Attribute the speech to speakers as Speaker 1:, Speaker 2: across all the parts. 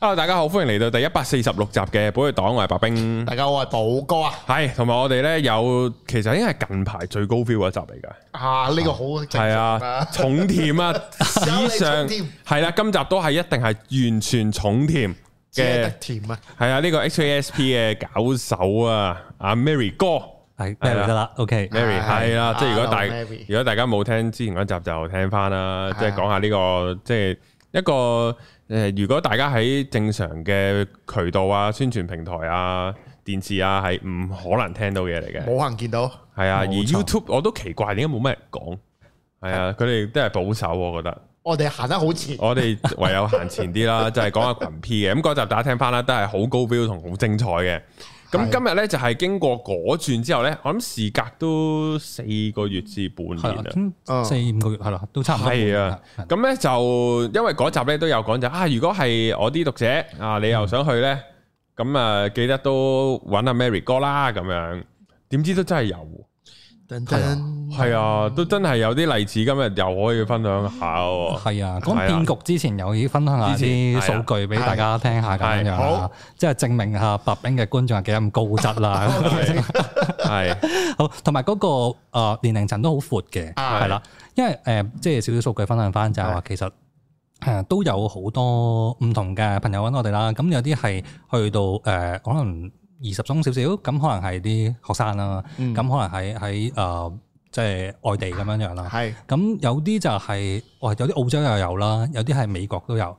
Speaker 1: Hello，大家好，歡迎嚟到第一百四十六集嘅寶藥黨，我係白冰，
Speaker 2: 大家好，我係寶哥啊！
Speaker 1: 係同埋我哋咧有，其實應該係近排最高 feel 嗰一集嚟噶，
Speaker 2: 啊，呢個好正
Speaker 1: 係
Speaker 2: 常
Speaker 1: 啊
Speaker 2: 啊，，
Speaker 1: 重甜 啊，
Speaker 2: 有
Speaker 1: 史
Speaker 2: 你
Speaker 1: 上
Speaker 2: 重甜
Speaker 1: 係啦，今集都係一定係完全重甜
Speaker 2: 只係得
Speaker 1: 嘅，
Speaker 2: 甜啊，
Speaker 1: 係啊，呢個 HASP 嘅搞手啊，阿 Mary 哥。
Speaker 3: 系 Mary 得啦，OK，
Speaker 1: Mary
Speaker 2: 係
Speaker 1: 啊係啦，即係如果大
Speaker 2: Hello, Mary
Speaker 1: 如果大家冇聽之前嗰集就聽翻啦，
Speaker 2: 係
Speaker 1: 即係講下呢個即係一個誒，如果大家喺正常嘅渠道啊、宣傳平台啊、電視啊，係唔可能聽到嘢嚟嘅，
Speaker 2: 冇可能見到。
Speaker 1: 係啊。而
Speaker 3: 冇錯
Speaker 1: YouTube 我都奇怪點解冇乜人講，係啊，佢哋都係保守，我覺得。
Speaker 2: 我哋行得好前，
Speaker 3: 啊
Speaker 1: 我哋唯有行前啲啦，就係講下群 P 嘅。咁嗰集大家聽翻啦，都係好高標同好精彩嘅。咁
Speaker 2: 係
Speaker 1: 今日呢，就係經過嗰轉之後呢，我諗事隔都四個月至半
Speaker 3: 系啦
Speaker 1: 年啦，。
Speaker 2: 嗯
Speaker 3: 咁啊四五個月係啦，都差唔多。
Speaker 1: 啊係啊，
Speaker 3: 係
Speaker 1: 咁呢，就因為嗰集呢都有講就啊，如果係我啲讀者啊，你又想去呢，咁啊記得都揾阿 Mary 哥啦咁樣。點知都真係有喎，
Speaker 2: 噔噔，
Speaker 1: 係啊，都真係有啲例子，今日又可以分享下喎。係
Speaker 3: 係啊，
Speaker 1: 啊
Speaker 3: 講騙局之前有已分享下啲
Speaker 1: 之前啊
Speaker 3: 數據俾大家聽下咁樣樣
Speaker 2: 係
Speaker 3: 啦
Speaker 2: 好，
Speaker 3: 即係證明下白冰嘅觀眾係幾咁高 質啦。
Speaker 1: 係
Speaker 3: 好，同埋嗰個呃年齡層都好闊嘅，
Speaker 2: 啊
Speaker 3: 係啦，因為誒即係少少數據分享翻就係話其實。誒都有好多唔同嘅朋友揾我哋啦，咁有啲係去到誒、呃可能二十中少少，咁可能係啲學生啦，咁、
Speaker 2: 嗯
Speaker 3: 可能喺喺誒即係外地咁樣樣啦。
Speaker 2: 係
Speaker 3: 咁有啲就係、哇，有啲澳洲又有啦，有啲係美國都有，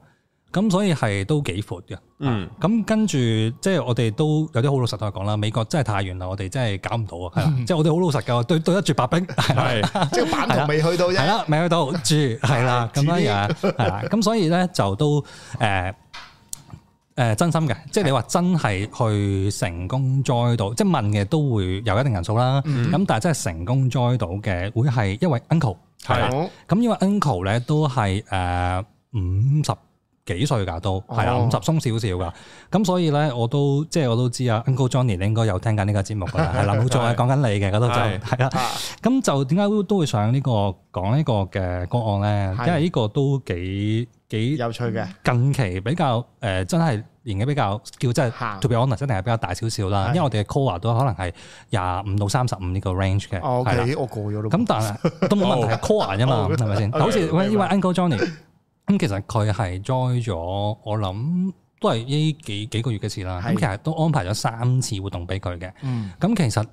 Speaker 3: 咁所以係都幾闊嘅。
Speaker 1: 嗯，
Speaker 3: 咁跟住即係我哋都有啲好老實同佢講啦，美國真係太遠啦，我哋真係搞唔到 啊，係啦，即係我哋好老實㗎，對對得住白冰係啦。
Speaker 1: 係。
Speaker 2: 即係版圖未去到
Speaker 3: 係
Speaker 2: 啫。
Speaker 3: 啦，未去 到住係啦，咁樣樣係啦，咁所以咧就都誒誒、呃真心嘅，即係你話真係去成功 join 到，即係問嘅都會有一定人數啦。咁、但係真係成功 join 到嘅，會係因為 uncle 係啊啦，
Speaker 2: 好
Speaker 3: 咁因為 uncle 咧都係誒五十。幾歲㗎都係啦，
Speaker 2: 哦
Speaker 3: 五十鬆少少㗎，咁所以咧我都即係我都知啊，Uncle Johnny 你應該有聽緊呢個節目㗎 啦，係啦冇錯啊，講緊你嘅嗰度就
Speaker 1: 係
Speaker 3: 係啦，
Speaker 2: 啊，
Speaker 3: 咁就點解都會上呢、個講呢個嘅個案
Speaker 2: 係
Speaker 3: 咧？因為呢個都幾幾
Speaker 2: 有趣嘅，
Speaker 3: 近期比較誒、呃真係年紀比較叫真
Speaker 2: 行
Speaker 3: 嗯係 to be honest，真係比較大少少
Speaker 2: 係
Speaker 3: 啦。因為我哋嘅 core 都可能係廿五到三十五呢個 range 嘅，
Speaker 2: 哦
Speaker 3: 啦。
Speaker 2: ，OK，我過咗都。
Speaker 3: 啊咁但係 都冇問題係 core 啫嘛，
Speaker 2: 哦
Speaker 3: 係咪先？
Speaker 2: okay，
Speaker 3: 好似呢位
Speaker 2: 明白
Speaker 3: Uncle Johnny，咁其實佢係 join 咗，我諗都係呢幾幾個月嘅事啦。咁
Speaker 2: 係
Speaker 3: 其實都安排咗三次活動俾佢嘅。
Speaker 2: 嗯，
Speaker 3: 咁其實誒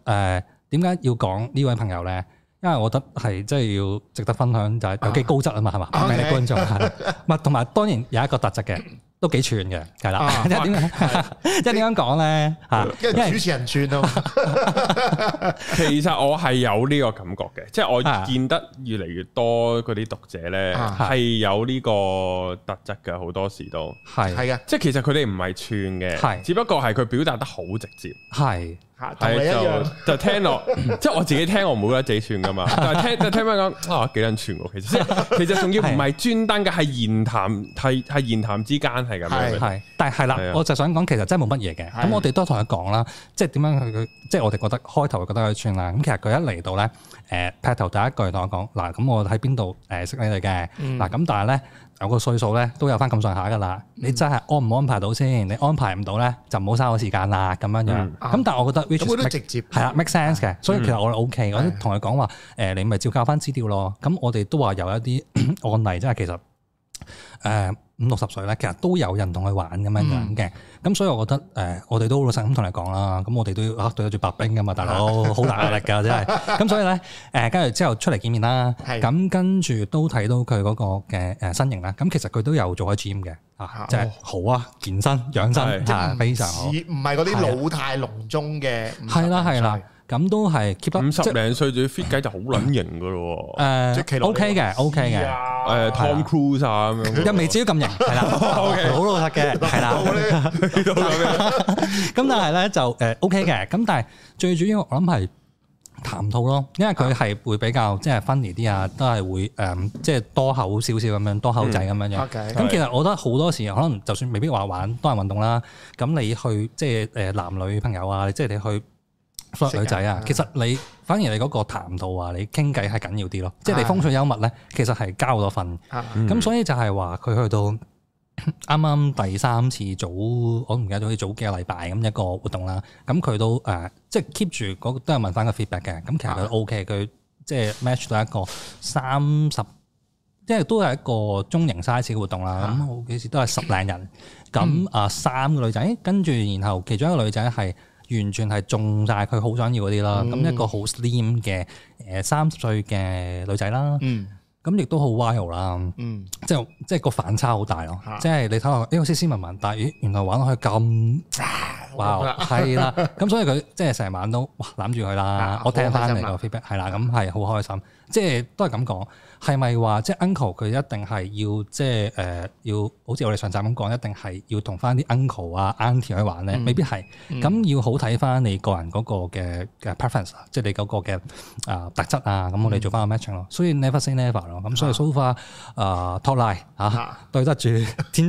Speaker 3: 點解要講呢位朋友咧？因為我覺得係即係要值得分享，就係有幾高質啊嘛，係嘛？
Speaker 2: 啊
Speaker 3: 明你
Speaker 2: OK
Speaker 3: 觀眾係 啦，唔係同埋當然有一個特質嘅，都幾串嘅，係啦
Speaker 2: 啊。
Speaker 3: 因為點解？因為點樣講咧？嚇，
Speaker 2: 因
Speaker 3: 因
Speaker 2: 為
Speaker 3: 為
Speaker 2: 主持人串啊嘛，
Speaker 1: 其實我係有呢個感覺嘅，即係我
Speaker 3: 啊
Speaker 1: 見得越嚟越多嗰啲讀者呢，
Speaker 2: 啊
Speaker 1: 係有呢個特質嘅，好多時都，
Speaker 3: 係
Speaker 2: 係嘅，
Speaker 1: 即係其實佢哋唔係串嘅，
Speaker 3: 係
Speaker 1: 只不過係佢表達得好直接，
Speaker 3: 係啊
Speaker 2: 嚇同你一
Speaker 1: 係
Speaker 2: 樣，
Speaker 1: 就就聽落，即係我自己聽我唔會覺得自己串噶嘛，但係聽就聽翻講啊幾撚串喎，其實即係其實仲要唔係專登嘅，係言談係係言談之間係咁樣嘅，
Speaker 3: 係，但係係
Speaker 1: 係啊
Speaker 3: 啦，我就想講其實真係冇乜嘢嘅。
Speaker 2: 係
Speaker 3: 咁我哋都同佢講啦，即係點樣佢佢，即係我哋覺得開頭會覺得佢串啦。咁其實佢一嚟到咧，誒劈頭第一句同我講嗱，咁我喺邊度誒識你哋嘅
Speaker 2: 嗯
Speaker 3: 嗱，咁但係咧有個歲數咧都有翻咁上下噶啦，你真係安唔安排到先？你安排唔到咧就唔好嘥我時間啦咁樣樣。
Speaker 1: 嗯
Speaker 3: 咁但係啊我覺得 which
Speaker 2: 咁佢
Speaker 3: is
Speaker 2: 都直接
Speaker 3: 係啦，make sense 嘅，所以其實我哋 O
Speaker 1: 嗯
Speaker 3: K，我都同佢講話，誒你咪照教翻資料咯。咁我哋都話有一啲 案例，即係其實誒五六十歲咧，其實都有人同佢玩咁樣
Speaker 1: 嗯
Speaker 3: 樣嘅。咁所以我覺得誒，我哋都好老實咁同你講啦。咁我哋都要啊對得住白冰噶嘛，大佬好大壓力 㗎真係。咁所以咧誒，跟住之後出嚟見面啦，
Speaker 2: 係
Speaker 3: 咁跟住都睇到佢嗰個嘅誒身形啦。咁其實佢都有做開 gym 嘅，啊，即係好啊，健身養
Speaker 1: 哦係
Speaker 3: 生嚇，非常好啊
Speaker 2: 似，唔係嗰啲老態龍鍾嘅，
Speaker 3: 係啦係啦，咁都係 keep 得
Speaker 1: 五十
Speaker 3: 即係啊
Speaker 1: 零歲仲要 fit 雞就好撚型噶咯喎，
Speaker 2: 即係奇
Speaker 3: 誒
Speaker 2: 洛里
Speaker 3: 呃 OK 嘅，OK 嘅，
Speaker 1: 誒
Speaker 2: 嘅
Speaker 1: Tom Cruise 啊咁樣，
Speaker 3: 又未至 於咁型，係啦，好老實嘅，係啦。
Speaker 1: 到咁樣
Speaker 3: 咁但係咧就誒 OK 嘅，咁但係最主要我諗係談吐咯，因為
Speaker 2: 啊
Speaker 3: 佢係會比較即係 funny 啲啊，都係會誒即係多口少少咁樣，多口仔
Speaker 2: 嗯
Speaker 3: 咁樣樣。
Speaker 2: ，OK，
Speaker 3: 咁其實我覺得好多時可能就算未必話玩多人運動啦，咁你去即係誒男女朋友啊，即係你去 f 女仔
Speaker 2: 識人
Speaker 3: 啊
Speaker 2: 啊，
Speaker 3: 其實你反而你嗰個談吐啊，你傾偈係緊要啲咯，即係你
Speaker 2: 係
Speaker 3: 風趣幽默咧，其實係交咗份。
Speaker 2: 啊
Speaker 1: 嗯
Speaker 3: 咁所以就係話佢去到 啱啱第三次早，我唔記得咗，好似早幾個禮拜咁一個活動啦。咁佢都誒、呃即係 keep 住嗰都係問翻個 feedback 嘅。咁其實佢
Speaker 1: 啊
Speaker 3: OK，佢即係 match 到一個三十，即係都係一個中型 size 嘅活動啦。
Speaker 2: 啊
Speaker 3: 咁好幾時都係十零 人，咁啊三個女仔，跟住然後其中一個女仔係。完全係中晒佢好想要嗰啲啦，咁、
Speaker 2: 嗯
Speaker 3: 一個好 slim 嘅誒三十歲嘅女仔啦，
Speaker 2: 嗯
Speaker 3: 咁亦都好 wild 啦，
Speaker 2: 嗯，
Speaker 3: 即係即係個反差好大咯
Speaker 2: 嚇，
Speaker 3: 即係你睇下呢個斯斯文文，但係咦原來玩落去咁，
Speaker 2: 啊
Speaker 3: 哇係啦，咁所以佢即係成晚都哇攬住佢啦
Speaker 2: 啊，
Speaker 3: 我聽翻
Speaker 2: 好開
Speaker 3: 嚟
Speaker 2: 心
Speaker 3: 個
Speaker 2: 啦
Speaker 3: feedback 係啦，咁係好開心，即係都係咁講，係咪話即係 uncle 佢一定係要即係誒、呃要好似我哋上集咁講，一定係要同翻啲 uncle 啊 auntie 去玩咧？
Speaker 2: 嗯
Speaker 3: 未必係，
Speaker 2: 嗯
Speaker 3: 咁、要好睇翻你個人嗰個嘅嘅 preference，啊即係你嗰個嘅啊、特質啊，咁我哋做翻個 matching 咯，所以 never say never 咯，咁所以
Speaker 2: 嗯啊
Speaker 3: so far 啊托賴嚇。
Speaker 2: 啊
Speaker 3: 對得住 天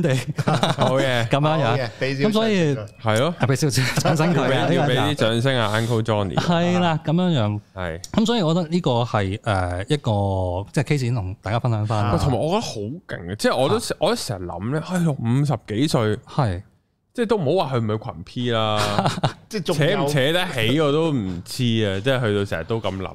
Speaker 3: 地咁
Speaker 1: 好嘅，
Speaker 3: 樣
Speaker 2: 好
Speaker 3: 樣，
Speaker 2: 嘅俾少
Speaker 3: 咁所以
Speaker 2: 少少
Speaker 1: 系咯，
Speaker 3: 啊 俾少少掌聲
Speaker 1: 要
Speaker 3: 佢
Speaker 1: 俾
Speaker 3: 啊呢
Speaker 1: 要
Speaker 3: 個
Speaker 1: 俾啲
Speaker 3: 就
Speaker 1: 掌聲啊，Uncle Johnny，
Speaker 3: 係啦咁樣樣，
Speaker 1: 係。
Speaker 3: 咁所以我覺得呢個係誒一個即係 case 同大家分享翻
Speaker 1: 哇
Speaker 3: 啦，
Speaker 1: 同埋我覺得好勁嘅，即係我都我
Speaker 3: 啊
Speaker 1: 都成日諗咧，唉，五十幾歲，
Speaker 3: 係
Speaker 1: 即係都唔好話佢唔係群 P 啦，
Speaker 2: 即係仲
Speaker 1: 扯唔
Speaker 2: 有
Speaker 1: 扯得起我都唔知啊！即係去到成日都咁諗，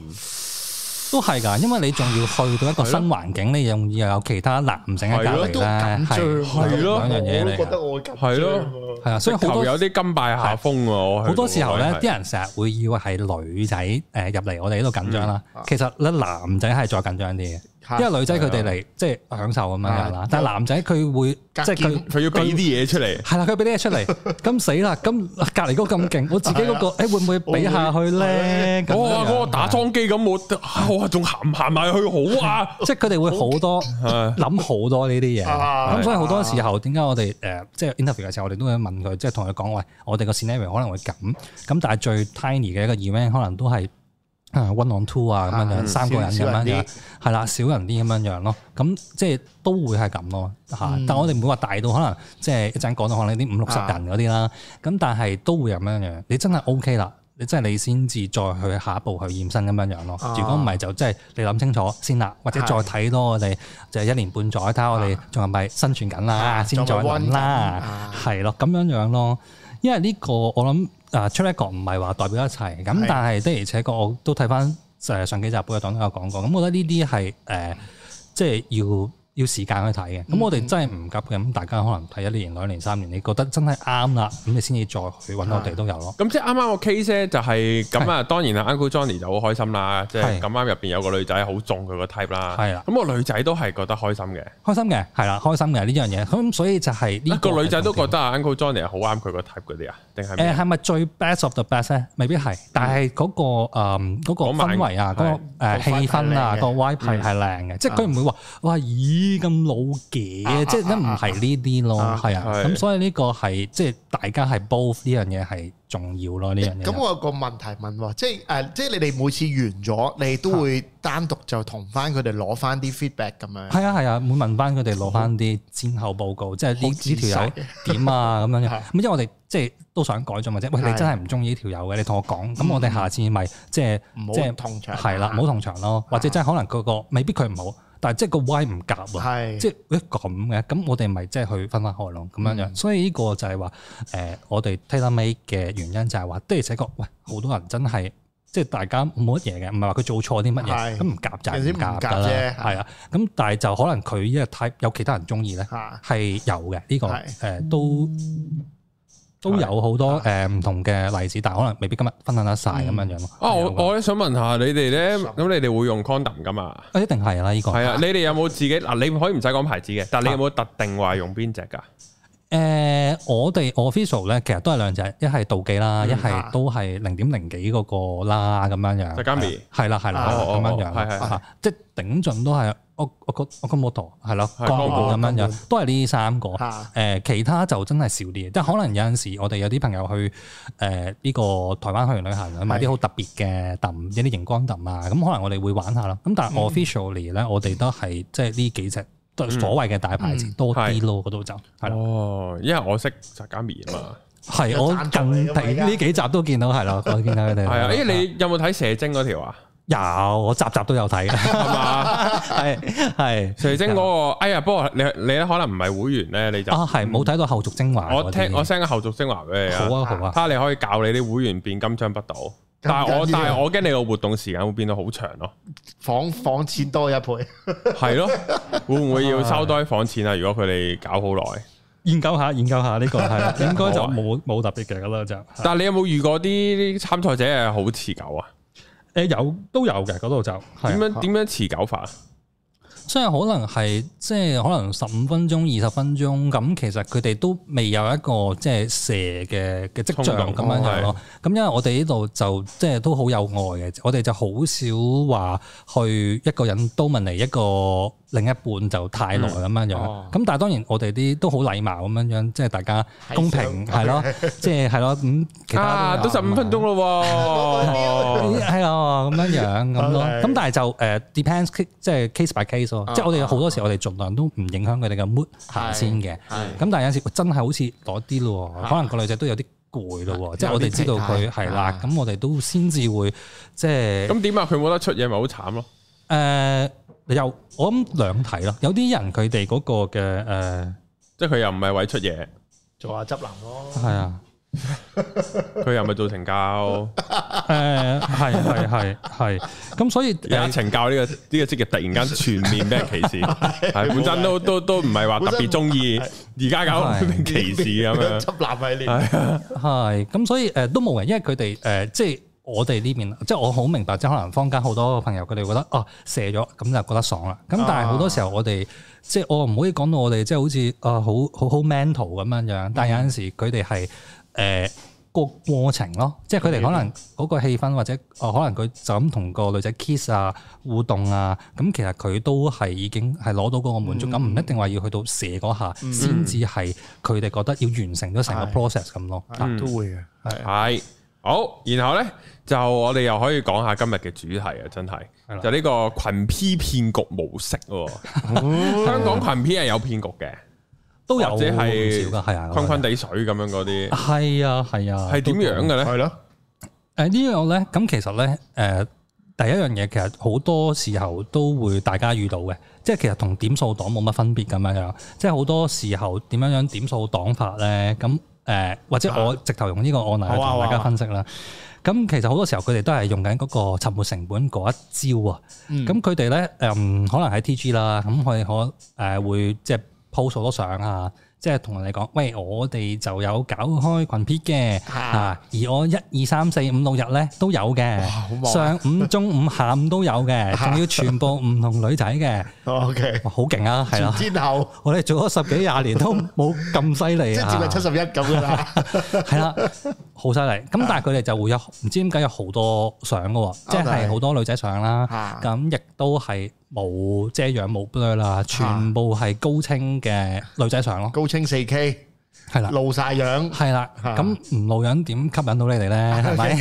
Speaker 3: 都係㗎，因為你仲要去到一個新環境，你仲要有其他男性喺隔離
Speaker 2: 都
Speaker 3: 咧，
Speaker 2: 緊張
Speaker 3: 係
Speaker 2: 啊，
Speaker 1: 係咯
Speaker 3: 兩樣嘢嚟
Speaker 2: 我都覺
Speaker 3: 㗎
Speaker 2: 得我緊
Speaker 1: 係咯
Speaker 2: 張啊
Speaker 3: 係啊，所以好
Speaker 1: 直頭
Speaker 3: 多
Speaker 1: 有啲甘拜下風喎。我去
Speaker 3: 好多
Speaker 1: 到
Speaker 3: 時候咧
Speaker 1: 係，
Speaker 3: 啲人成日會以為係女仔誒入嚟我哋呢度緊張啦
Speaker 2: 嗯啊，
Speaker 3: 其實咧男仔係再緊張啲
Speaker 2: 嚇
Speaker 3: 嘅，因為女仔佢哋嚟即係享受咁樣㗎啦
Speaker 2: 啊，
Speaker 3: 但係男仔佢會
Speaker 2: 隔
Speaker 3: 即係佢
Speaker 2: 見。
Speaker 1: 佢要俾啲嘢出嚟，
Speaker 3: 係啦，佢俾啲嘢 出嚟，咁死啦！咁隔離嗰個咁勁，我自己
Speaker 1: 啊
Speaker 3: 嗰個，誒會唔會比下去咧？咁
Speaker 1: 哇！
Speaker 3: 樣
Speaker 1: 啊哦嗰個打裝機咁，我啊我仲行唔行埋去好啊？
Speaker 3: 即係佢哋會好多
Speaker 1: 係
Speaker 3: 諗好多呢啲嘢。
Speaker 2: 啊
Speaker 3: 咁所以好多時候，點解我哋誒即係 interview 嘅時候，我哋都會問佢，即係同佢講，喂，我哋個 scenario 可能會咁，咁但係最 tiny 嘅一個 event 可能都係啊 one on two 啊咁樣樣，
Speaker 2: 啊
Speaker 3: 三個人咁
Speaker 2: 少
Speaker 3: 樣
Speaker 2: 人
Speaker 3: 樣
Speaker 2: 啲，
Speaker 3: 係啦，少人啲咁樣樣咯。咁即係都會係咁咯嚇
Speaker 2: 嗯。
Speaker 3: 但我哋唔會話大到可能即係一陣講到可能啲五六十
Speaker 2: 啊
Speaker 3: 人嗰啲啦。咁但係都會咁樣樣。你真係 OK 啦。你真係你先至再去下一步去驗身咁樣樣咯
Speaker 2: 啊。
Speaker 3: 如果唔係就即係你諗清楚先啦，或者再
Speaker 2: 係
Speaker 3: 睇多我哋就係一年半載，睇下我哋仲係咪生存緊啦，
Speaker 2: 啊
Speaker 3: 先再
Speaker 2: 仲
Speaker 3: 諗
Speaker 2: 係溫緊
Speaker 3: 啦
Speaker 2: 啊，
Speaker 3: 係咯，咁樣樣咯。因為呢個我諗啊出一個唔係話代表一切，咁
Speaker 2: 係
Speaker 3: 但係的而且確我都睇翻誒上幾集本嘅黨都有講過，咁我覺得呢啲係誒即係要。要時間去睇嘅，咁我哋真係唔急嘅，咁大家可能睇一年、兩年、三年，你覺得真係啱啦，咁你先至再去揾我哋都有咯。
Speaker 1: 咁即係啱啱個 case 咧，就係咁啊！當然啦，Uncle Johnny 就好開心啦，即係
Speaker 3: 係
Speaker 1: 咁啱入邊有個女仔好中佢個 type 啦。
Speaker 3: 係啊啦
Speaker 1: 咁個女仔都係覺得開心嘅，
Speaker 3: 開心嘅，係啦，開心嘅呢樣嘢。咁所以就係呢
Speaker 1: 啊個女仔都覺
Speaker 3: 得
Speaker 1: 得啊 Uncle Johnny 係好啱佢個 type 嗰啲啊，定係
Speaker 3: 誒
Speaker 1: 咩？
Speaker 3: 係咪最 best of the best 咧？未必係，
Speaker 2: 嗯
Speaker 3: 但係嗰個誒嗰個
Speaker 1: 嗰晚
Speaker 3: 氛圍啊，嗰個
Speaker 2: 係嗯
Speaker 3: 誒氣氛啊，
Speaker 2: 個
Speaker 3: 個
Speaker 2: 氛
Speaker 3: vibe 係係靚嘅，即係佢唔會話哇咦咁老嘅，
Speaker 2: 啊
Speaker 3: 即係
Speaker 2: 啊
Speaker 3: 唔係呢啲咯，
Speaker 2: 啊
Speaker 3: 係啊。
Speaker 1: 係
Speaker 3: 咁所以呢個係即係大家係 both 呢樣嘢係重要咯，呢樣嘢。
Speaker 2: 咁我有個問題問喎，即係誒，即係你哋每次完咗，你都會單獨就同翻佢哋攞翻啲 feedback 咁樣。
Speaker 3: 係啊係啊，會問翻佢哋攞翻啲戰後報告，即係呢
Speaker 2: 好仔
Speaker 3: 呢條
Speaker 2: 細
Speaker 3: 友點啊咁 樣樣。
Speaker 2: 係
Speaker 3: 咁因為我哋即係都想改進或者，喂你
Speaker 2: 係嗯
Speaker 3: 真係唔中意呢條友嘅，你同我講，咁我哋下次咪即係
Speaker 2: 唔
Speaker 3: 即
Speaker 2: 好
Speaker 3: 係
Speaker 2: 同場。
Speaker 3: 係啦，唔好同場咯，或者真係可能佢個未必佢唔好，但係即係個 Y 唔夾啊。
Speaker 2: 係
Speaker 3: 即係誒咁嘅，咁我哋咪即係去分翻開咯，咁樣樣。
Speaker 2: 嗯
Speaker 3: 所以呢個就係話誒，我哋 tailor made 嘅原因就係話，的而且確，喂，好多人真係即係大家冇乜嘢嘅，唔係話佢做錯啲乜嘢，
Speaker 2: 係
Speaker 3: 咁唔夾就係
Speaker 2: 有啲
Speaker 3: 唔
Speaker 2: 唔夾
Speaker 3: 夾㗎啦
Speaker 2: 啫，
Speaker 3: 係啊。咁但係就可能佢呢個 type 有其他人中意咧，
Speaker 2: 嚇
Speaker 3: 係有嘅呢個
Speaker 2: 係
Speaker 3: 誒都。都有好多誒唔同嘅例子，但係可能未必今日分享得晒咁樣樣咯。
Speaker 1: 啊，我
Speaker 3: 係有㗎
Speaker 1: 我咧想問下你哋咧，咁你哋會用 condom 噶嘛？
Speaker 3: 啊一定係啦，呢個
Speaker 1: 係啊，你哋有冇自己嗱？你可以唔使講牌子嘅，但你有冇特定話用邊只噶？
Speaker 3: 誒、呃我哋 official 咧，其實都係兩隻，一係妒忌啦，
Speaker 1: 嗯
Speaker 3: 一係都係零點零幾嗰個啦，咁樣樣。
Speaker 1: 啊就加棉
Speaker 3: 係啦，係啦，係啦
Speaker 1: 哦哦
Speaker 3: 咁樣
Speaker 1: 哦係係
Speaker 3: 樣。啊即係頂盡都係我我個我個 model 係咯，
Speaker 1: 係
Speaker 3: 光
Speaker 1: 光嗯啊
Speaker 3: 盤咁
Speaker 2: 盤
Speaker 3: 樣
Speaker 2: 光
Speaker 3: 樣，都係呢三個。誒、
Speaker 2: 嚇
Speaker 3: 其他就真係少啲，即係可能有陣時我哋有啲朋友去誒呢、個台灣去完旅行，啊買啲好特別嘅揼，一啲熒光揼啊，咁可能我哋會玩下啦。咁
Speaker 1: 嗯
Speaker 3: 但係 officially 咧，我哋都係即係呢幾隻都係所謂嘅大牌子
Speaker 2: 嗯
Speaker 3: 多啲咯，嗰度就係啦。
Speaker 1: 哦，因為我識就加棉啊嘛。
Speaker 3: 係
Speaker 2: 有
Speaker 3: 我
Speaker 2: 贊助
Speaker 3: 近
Speaker 2: 嚟㗎嘛
Speaker 3: 睇
Speaker 2: 而家
Speaker 3: 呢幾集都見到係啦，我見到佢哋啊
Speaker 1: 係啊，咦，你有冇睇射精嗰條啊？
Speaker 3: 有，我集集都有睇嘅，
Speaker 1: 係
Speaker 3: 啊
Speaker 1: 嘛？
Speaker 3: 系系
Speaker 1: 蛇精嗰個，哎呀，不過你你咧可能唔係會員咧，你就
Speaker 3: 啊，系冇睇到後續精華嗰啲。
Speaker 1: 我聽我 send 個後續精華俾你啊。
Speaker 3: 好啊好啊，
Speaker 1: 睇下你可以教你啲會員變金槍不倒。但係我
Speaker 2: 緊要
Speaker 1: 但係我驚你個活動時間會變到好長咯。
Speaker 2: 房房錢多一倍，
Speaker 1: 係咯，會唔會要收多啲房錢啊？如果佢哋搞好
Speaker 3: 啊
Speaker 1: 耐，
Speaker 3: 研究下研究下呢個係 啦，應該就冇冇特別嘅啦就。
Speaker 1: 但係你有冇遇過啲參賽者係好持久啊？
Speaker 3: 誒有都有嘅嗰度就係
Speaker 1: 點
Speaker 3: 啊
Speaker 1: 樣點樣持久法啊？
Speaker 3: 所以可能係即係可能十五分鐘、二十分鐘咁，其實佢哋都未有一個即係蛇嘅嘅跡象
Speaker 1: 衝動哦
Speaker 3: 咁樣樣咯。咁因為我哋呢度就即係都好有愛嘅，我哋就好少話去一個人都問嚟一個另一半就太耐咁樣樣。
Speaker 1: 嗯
Speaker 3: 咁、
Speaker 1: 哦
Speaker 3: 但係當然我哋啲都好禮貌咁樣樣，即係大家公平 係咯，即係係咯咁。其他
Speaker 1: 啊，都十五分鐘咯
Speaker 2: 哦
Speaker 1: 喎。
Speaker 3: 係啊，咁樣樣咁咯。
Speaker 2: Okay
Speaker 3: 咁但係就誒 depends，即係 case by case 咯
Speaker 2: 啊。
Speaker 3: 即係我哋好多時，我哋盡量都唔影響佢哋嘅 mood 行先嘅。
Speaker 2: 係
Speaker 3: 咁但係有陣時真係好似攞啲咯喎，
Speaker 2: 啊
Speaker 3: 可能個女仔都有啲攰咯
Speaker 2: 有
Speaker 3: 喎。即係我哋知道佢
Speaker 2: 啲疲態
Speaker 3: 係啦
Speaker 2: 啊，
Speaker 3: 咁我哋都先至會即係
Speaker 1: 咁點啊？佢冇得出嘢咪好慘咯。
Speaker 3: 誒有我諗兩題咯。有啲人佢哋嗰個嘅呃誒
Speaker 1: 即係佢又唔係為出嘢，
Speaker 2: 做下執林咯。
Speaker 3: 係 啊
Speaker 1: 佢又唔係做懲 教。
Speaker 3: 誒係係係係咁，所以呃
Speaker 1: 而家懲教呢個呢個職業突然間全面俾人歧 視，係本身都都都唔係話特別中意，而家搞到變歧視咁樣。
Speaker 2: 執男系列，
Speaker 3: 係，咁所以誒、呃都冇人，因為佢哋誒即係我哋呢邊，即係我好明白，即係可能坊間好多朋友佢哋覺得哦射咗咁就覺得爽啦，咁但係好多時候我哋即係我唔可以講到我哋即係好似啊好好好 mental 咁樣樣，但係有陣時佢哋係誒。個過程咯，即係佢哋可能嗰個氣氛或者哦，可能佢就咁同個女仔 kiss 啊、互動啊，咁其實佢都係已經係攞到嗰個滿足感，唔、一定話要去到射嗰下先至係佢哋覺得要完成咗成個 process 咁咯。
Speaker 2: 都會嘅。
Speaker 1: 係好，然後呢，就我哋又可以講下今日嘅主題啊！真係
Speaker 3: 係啦
Speaker 1: 就呢個群 P 騙局模式喎。香港群 P 係有騙局嘅，
Speaker 3: 都有
Speaker 1: 或者係
Speaker 3: 唔少噶，係啊，
Speaker 1: 坤坤地水咁樣嗰啲，
Speaker 3: 係啊，係啊，
Speaker 1: 係點樣嘅呢？
Speaker 2: 係咯，
Speaker 3: 誒呢樣咧，咁其實咧，誒、第一樣嘢其實好多時候都會大家遇到嘅，即係其實同點數黨冇乜分別咁樣樣，即係好多時候點樣樣點數黨法咧，咁誒、或者我直頭用呢個案例去
Speaker 2: 好啊
Speaker 3: 同大
Speaker 2: 好啊
Speaker 3: 家分析啦。咁其實好多時候佢哋都係用緊嗰個沉沒成本嗰一招啊。
Speaker 2: 嗯
Speaker 3: 咁佢哋咧誒可能喺 TG 啦，咁佢哋可誒、會即係 post 好多相啊，即係同人哋講，喂，我哋就有搞開群 P 嘅
Speaker 2: 啊
Speaker 3: 啊，而我一二三四五六日咧都有嘅
Speaker 2: 好，忙
Speaker 3: 上午、中午、下午都有 嘅，
Speaker 2: 啊
Speaker 3: 仲要全部唔同女仔嘅，
Speaker 2: OK，
Speaker 3: 哇，好勁啊，係啦，
Speaker 2: 全天候
Speaker 3: 我哋做咗十幾廿年都冇咁犀
Speaker 2: 即
Speaker 3: 利
Speaker 2: 係接
Speaker 3: 啊
Speaker 2: 近，七十一咁 噶啦。
Speaker 3: 係啦，好犀利。咁但係佢哋就會有唔知點解有好多相嘅喎，即係好多女仔相啦。
Speaker 2: 哦啊
Speaker 3: 咁亦都係冇遮陽冇 blur 啦，全部係高清嘅女仔相咯，
Speaker 2: 高清四 K，
Speaker 3: 係啦。
Speaker 2: 露晒樣，
Speaker 3: 係啦，
Speaker 2: 啊
Speaker 3: 咁唔露樣點吸引到你哋咧？係咪？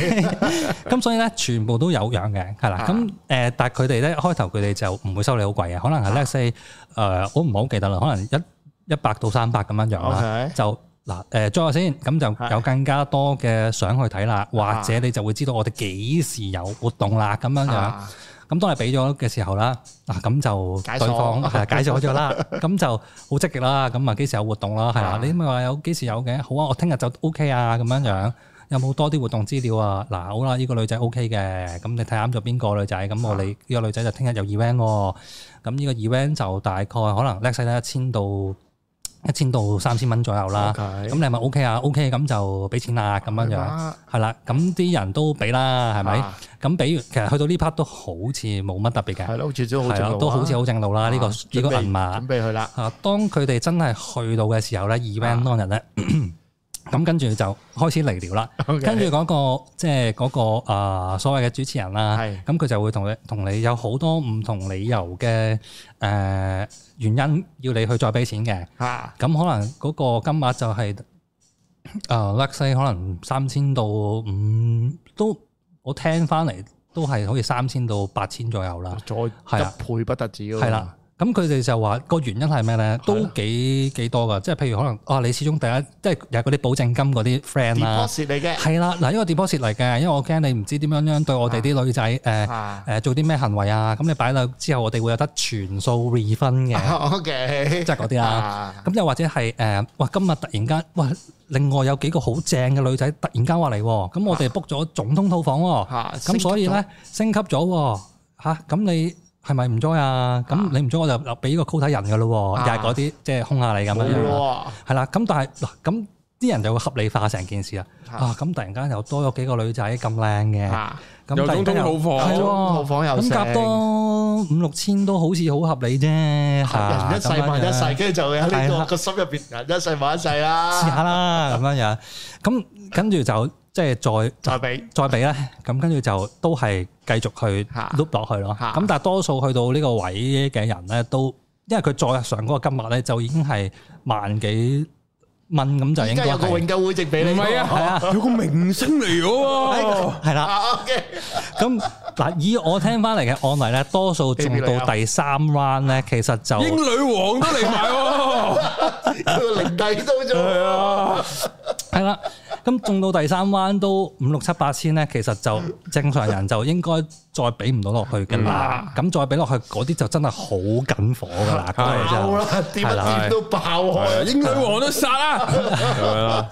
Speaker 3: 咁所以咧，全部都有樣嘅，係啦
Speaker 2: 啊。
Speaker 3: 咁誒、但係佢哋咧開頭佢哋就唔會收你好貴嘅，可能係 let's say 誒、我唔好記得啦，可能一一百到三百咁樣樣啦。
Speaker 2: OK
Speaker 3: 就嗱誒，再下先，咁就有更加多嘅相去睇啦，或
Speaker 2: 啊
Speaker 3: 者你就會知道我哋幾時有活動啦，咁樣樣。
Speaker 2: 啊
Speaker 3: 咁當你俾咗嘅時候啦，嗱咁就
Speaker 2: 解鎖
Speaker 3: 對 方係解鎖咗啦，咁就好積極啦，咁啊幾時有活動啦，係
Speaker 2: 啊
Speaker 3: 啦，你咪話有幾時有嘅，好啊，我聽日就 OK 啊，咁樣樣。有冇多啲活動資料啊？嗱，好啦，呢、個女仔 OK 嘅，咁你睇啱咗邊個女仔，咁我哋呢個女仔就聽日有 event 喎，咁呢個 event 就大概可能叻細得一千到一千到三千蚊左右啦。
Speaker 2: OK
Speaker 3: 咁你係咪 OK 啊？OK 咁就俾錢啦，咁樣樣
Speaker 2: 啊
Speaker 3: 係啦。咁啲人都俾啦，係咪？
Speaker 2: 啊
Speaker 3: 咁比如其實去到呢 part 都好似冇乜特別
Speaker 2: 係
Speaker 3: 嘅，
Speaker 2: 咯，好似都好
Speaker 3: 係
Speaker 2: 正
Speaker 3: 啦
Speaker 2: 路，
Speaker 3: 都好似好正路啦。呢個
Speaker 2: 啊
Speaker 3: 呢
Speaker 2: 準
Speaker 3: 個
Speaker 2: 備
Speaker 3: 銀碼
Speaker 2: 準備去啦，
Speaker 3: 啊，當佢哋真係去到嘅時候咧，event
Speaker 2: 啊
Speaker 3: 當日 咧，咁跟住就開始嚟聊啦。
Speaker 2: OK
Speaker 3: 跟住嗰個即係嗰個啊所謂嘅主持人啦
Speaker 2: 係，
Speaker 3: 咁佢就會同你同你有好多唔同理由嘅誒原因要你去再俾錢嘅。
Speaker 2: 嚇
Speaker 3: 咁可能嗰個金額就係、誒 l e x 可能三千到五都，我聽翻嚟都係好似三千到八千左右啦，
Speaker 2: 再
Speaker 3: 係啊
Speaker 2: 一倍不得止喎，
Speaker 3: 係啦。咁佢哋就話個原因係咩咧？都幾幾多噶，即係譬如可能啊，你始終第一即係有嗰啲保證金嗰啲 friend 啦，
Speaker 2: deposit 嚟嘅，
Speaker 3: 係啦，嗱，呢個 deposit 嚟嘅，因為我驚你唔知點樣樣對我哋啲女仔誒
Speaker 2: 啊
Speaker 3: 誒做啲咩行為啊，咁你擺落之後，我哋會有得全數 refund 嘅。
Speaker 2: ，OK，
Speaker 3: 即係嗰啲啦
Speaker 2: 啊，
Speaker 3: 咁又或者係誒、呃哇！今日突然間，哇！另外有幾個好正嘅女仔突然間話嚟喎，咁我
Speaker 2: 啊
Speaker 3: 哋 book 咗總統套房喎，
Speaker 2: 嚇
Speaker 3: 咁、所以咧升級咗喎嚇咁你係咪唔 join 啊？咁、
Speaker 2: 啊
Speaker 3: 你唔 join 我就留俾個 quota 人噶咯喎，
Speaker 2: 啊
Speaker 3: 又係嗰啲即係空下你咁
Speaker 2: 冇
Speaker 3: 樣樣，
Speaker 2: 咯
Speaker 3: 係啦。咁但係嗱，咁啲人就會合理化成件事啊。
Speaker 2: 啊
Speaker 3: 啊，咁突然間又多咗幾個女仔咁靚
Speaker 2: 喎，
Speaker 3: 嘅，
Speaker 2: 啊
Speaker 3: 咁
Speaker 1: 有
Speaker 3: 突然間又
Speaker 1: 總統套房
Speaker 3: 係喎
Speaker 2: 套房又
Speaker 3: 咁夾
Speaker 2: 剩
Speaker 3: 多五六千都好似好合理啫。人
Speaker 2: 人一世物一世，跟住就有呢
Speaker 3: 係
Speaker 2: 個
Speaker 3: 啦
Speaker 2: 個心入邊人一世物一世
Speaker 3: 試
Speaker 2: 啦，
Speaker 3: 下 啦咁樣樣。咁跟住就即係再
Speaker 2: 再俾
Speaker 3: 再俾咧，咁跟住就都係繼續去
Speaker 2: 嚇
Speaker 3: loop 落去咯。
Speaker 2: 嚇
Speaker 3: 咁但係多數去到呢個位嘅人咧，都因為佢再上嗰個金額咧，就已經係萬幾蚊咁就
Speaker 2: 而
Speaker 3: 應
Speaker 2: 家
Speaker 3: 該
Speaker 2: 有個
Speaker 3: 係
Speaker 2: 永久會籍俾你，
Speaker 1: 唔係啊
Speaker 3: 係啊，
Speaker 1: 有個明星嚟嘅喎，
Speaker 3: 係啦。
Speaker 2: 啊，OK，
Speaker 3: 咁嗱，以我聽翻嚟嘅案例咧，多數中到第三 round 咧，其實就
Speaker 1: 英女王都嚟埋喎，
Speaker 2: 個零底都
Speaker 1: 係
Speaker 2: 咗，
Speaker 1: 啊，
Speaker 3: 係啦。咁中到第三 round 都五六七八千咧，其實就正常人就應該再俾唔到落去㗎啦。
Speaker 2: 嗯
Speaker 3: 咁再俾落去嗰啲就真係好緊火㗎啦，嗰啲
Speaker 2: 爆
Speaker 3: 就
Speaker 2: 啊啦，點一
Speaker 3: 係啦
Speaker 2: 點都爆
Speaker 1: 係啊
Speaker 2: 開，
Speaker 1: 英女王都殺啦，咁樣啦，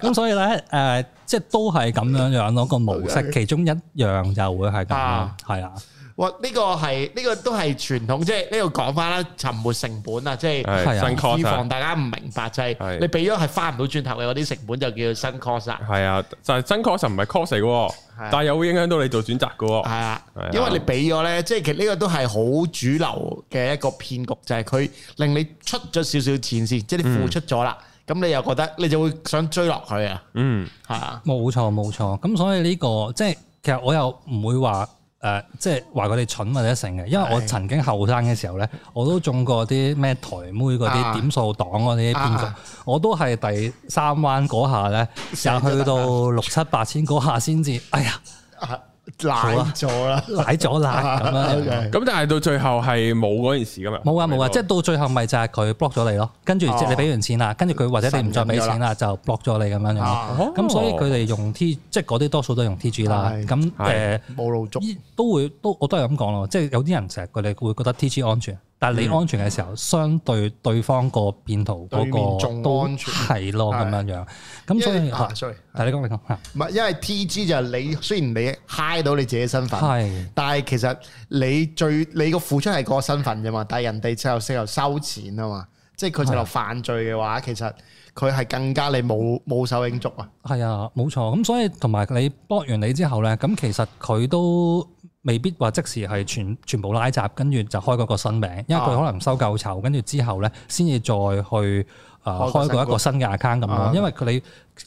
Speaker 3: 咁所以咧，誒、即係都係咁樣樣咯，個模式其中一樣就會係咁咯
Speaker 2: 啊，
Speaker 3: 係啊，
Speaker 2: 哇！呢個係呢個都係傳統，即係呢度講翻啦，沉沒成本啊，即係
Speaker 3: 係
Speaker 1: 係
Speaker 3: 啊
Speaker 1: 新
Speaker 2: 以防
Speaker 1: cost
Speaker 2: 大家唔明白，就係
Speaker 1: 係
Speaker 2: 你俾咗係翻唔到轉頭嘅嗰啲成本就叫做新 cost 啊，
Speaker 1: 係啊，就係新 cost 唔係 cost 嚟嘅喎，但係又會影響到你做選擇嘅
Speaker 2: 係
Speaker 1: 喎，
Speaker 2: 啊
Speaker 1: 係啊，
Speaker 2: 因為你俾咗咧，即係其實呢個都係好主流嘅一個騙局，就係佢令你出咗少少錢先，即係你付出咗啦，咁你又覺得你就會想追落去啊，
Speaker 1: 嗯，
Speaker 2: 係啊，
Speaker 3: 冇錯冇錯。咁所以呢、個即係其實我又唔會話誒、即係話佢哋蠢或者成嘅，因為我
Speaker 2: 係
Speaker 3: 曾經後生嘅時候咧，我都中過啲咩台妹嗰
Speaker 2: 啊
Speaker 3: 啲點數黨嗰啲騙局，
Speaker 2: 啊
Speaker 3: 我都係第三彎嗰下咧，
Speaker 2: 成
Speaker 3: 就
Speaker 2: 咗
Speaker 3: 去
Speaker 2: 啦
Speaker 3: 到六七八千嗰下先至，哎呀，
Speaker 2: 啊賴咗啦，
Speaker 3: 奶咗
Speaker 2: 啊
Speaker 3: 啦咁樣樣。
Speaker 1: 咁但係到最後係冇嗰件事噶嘛，
Speaker 3: 冇啊冇啊，即係到最後咪就係佢 block 咗你咯，跟住
Speaker 2: 哦
Speaker 3: 即係你俾完錢啦，跟住佢或者你唔再俾錢啦，就 block 咗你咁樣樣咯。
Speaker 2: 啊
Speaker 3: 咁所以佢哋用 T，即係嗰啲多數都用 TG 啦。
Speaker 2: 係
Speaker 3: 咁誒
Speaker 1: 係
Speaker 2: 冇路足，
Speaker 3: 依都會都我都係咁講咯，即係有啲人成日佢哋會覺得 TG 安全，但係你安全嘅時候，相對對方個騙徒嗰
Speaker 2: 嗯對面
Speaker 3: 個
Speaker 2: 仲
Speaker 3: 都
Speaker 2: 安全
Speaker 3: 係咯咁樣樣。咁所
Speaker 2: 因
Speaker 3: 以
Speaker 2: 為啊，sorry。
Speaker 3: 但係你講你講嚇
Speaker 2: 唔係，因為 T.G. 就係你雖然你 high 到你自己身份，
Speaker 3: 係
Speaker 2: 但係其實你最你個付出係個身份啫嘛，但係人哋就直頭收錢啊嘛，即係佢直頭犯罪嘅話，其實佢係更加你冇冇手影足啊，
Speaker 3: 係啊，冇錯。咁所以同埋你 block 完你之後咧，咁其實佢都未必話即時係全全部拉閘，跟住就開嗰個新名，因為佢
Speaker 2: 啊
Speaker 3: 可能收夠籌，跟住之後咧先至再去啊、
Speaker 2: 開個
Speaker 3: 開
Speaker 2: 新
Speaker 3: 過一個新嘅 account 咁
Speaker 2: 啊
Speaker 3: 咯。因為佢你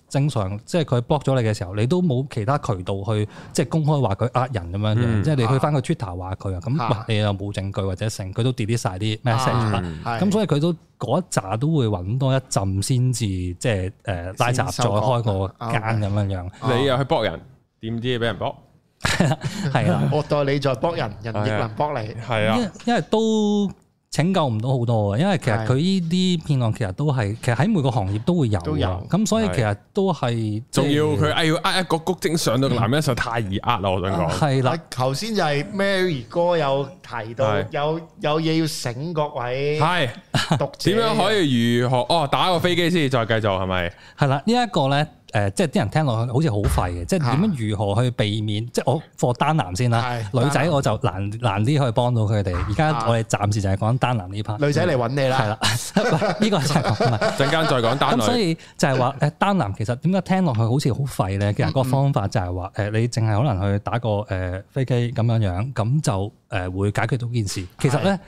Speaker 3: 正常即係佢 block 咗你嘅時候，你都冇其他渠道去即係公開話佢呃人咁樣樣，
Speaker 1: 嗯
Speaker 3: 即係你去翻個 Twitter 話佢啊，咁、
Speaker 2: 啊
Speaker 3: 喂你又冇證據或者成，佢都 delete 晒啲 message 啦。
Speaker 1: 嗯
Speaker 2: 係
Speaker 3: 咁所以佢都嗰一扎都會揾多一陣先至，即係誒拉閘
Speaker 2: 先
Speaker 3: 再
Speaker 2: 收
Speaker 3: 開
Speaker 2: 割啊
Speaker 3: 個間咁樣樣，
Speaker 1: 你又去搏人，點知俾人搏，
Speaker 3: 係啦，
Speaker 2: 我待你在幫人，人亦能幫你，
Speaker 1: 係
Speaker 3: 因
Speaker 1: 啊，
Speaker 3: 為因為都拯救唔到好多啊，因為其實
Speaker 2: 係
Speaker 3: 佢呢啲騙案其實都係其實喺每個行業都會有
Speaker 2: 都有
Speaker 3: 㗎，咁所以其實都係
Speaker 1: 仲要佢哎要呃一個谷精上到個男人實在太易呃啦，我想講，
Speaker 3: 係啦
Speaker 2: 嗱，，頭先就係 Mary 哥有提到
Speaker 1: 係
Speaker 2: 有有嘢要醒各位
Speaker 3: 嗯
Speaker 1: 係
Speaker 2: 讀者，
Speaker 1: 點樣可以如何？哦，打個飛機先，再繼續係咪？
Speaker 3: 係啦，呢一個咧誒，即係啲人聽落去好似好廢嘅，即係點樣如何去避免？即係我貨單男先啦，
Speaker 2: 係
Speaker 3: 女仔
Speaker 2: 單男
Speaker 3: 我就難難啲去幫到佢哋。而家
Speaker 2: 啊
Speaker 3: 我哋暫時就係講單男呢 part。
Speaker 2: 女仔嚟揾你
Speaker 3: 係
Speaker 2: 啦，
Speaker 3: 啦，呢個就係講唔係
Speaker 1: 陣間再講單
Speaker 3: 咁所
Speaker 1: 女，
Speaker 3: 以就係話誒單男其實點解聽落去好似好廢咧？其實個方法就係話誒，你淨係可能去打個誒飛機咁樣樣，咁就誒會解決到件事。其實咧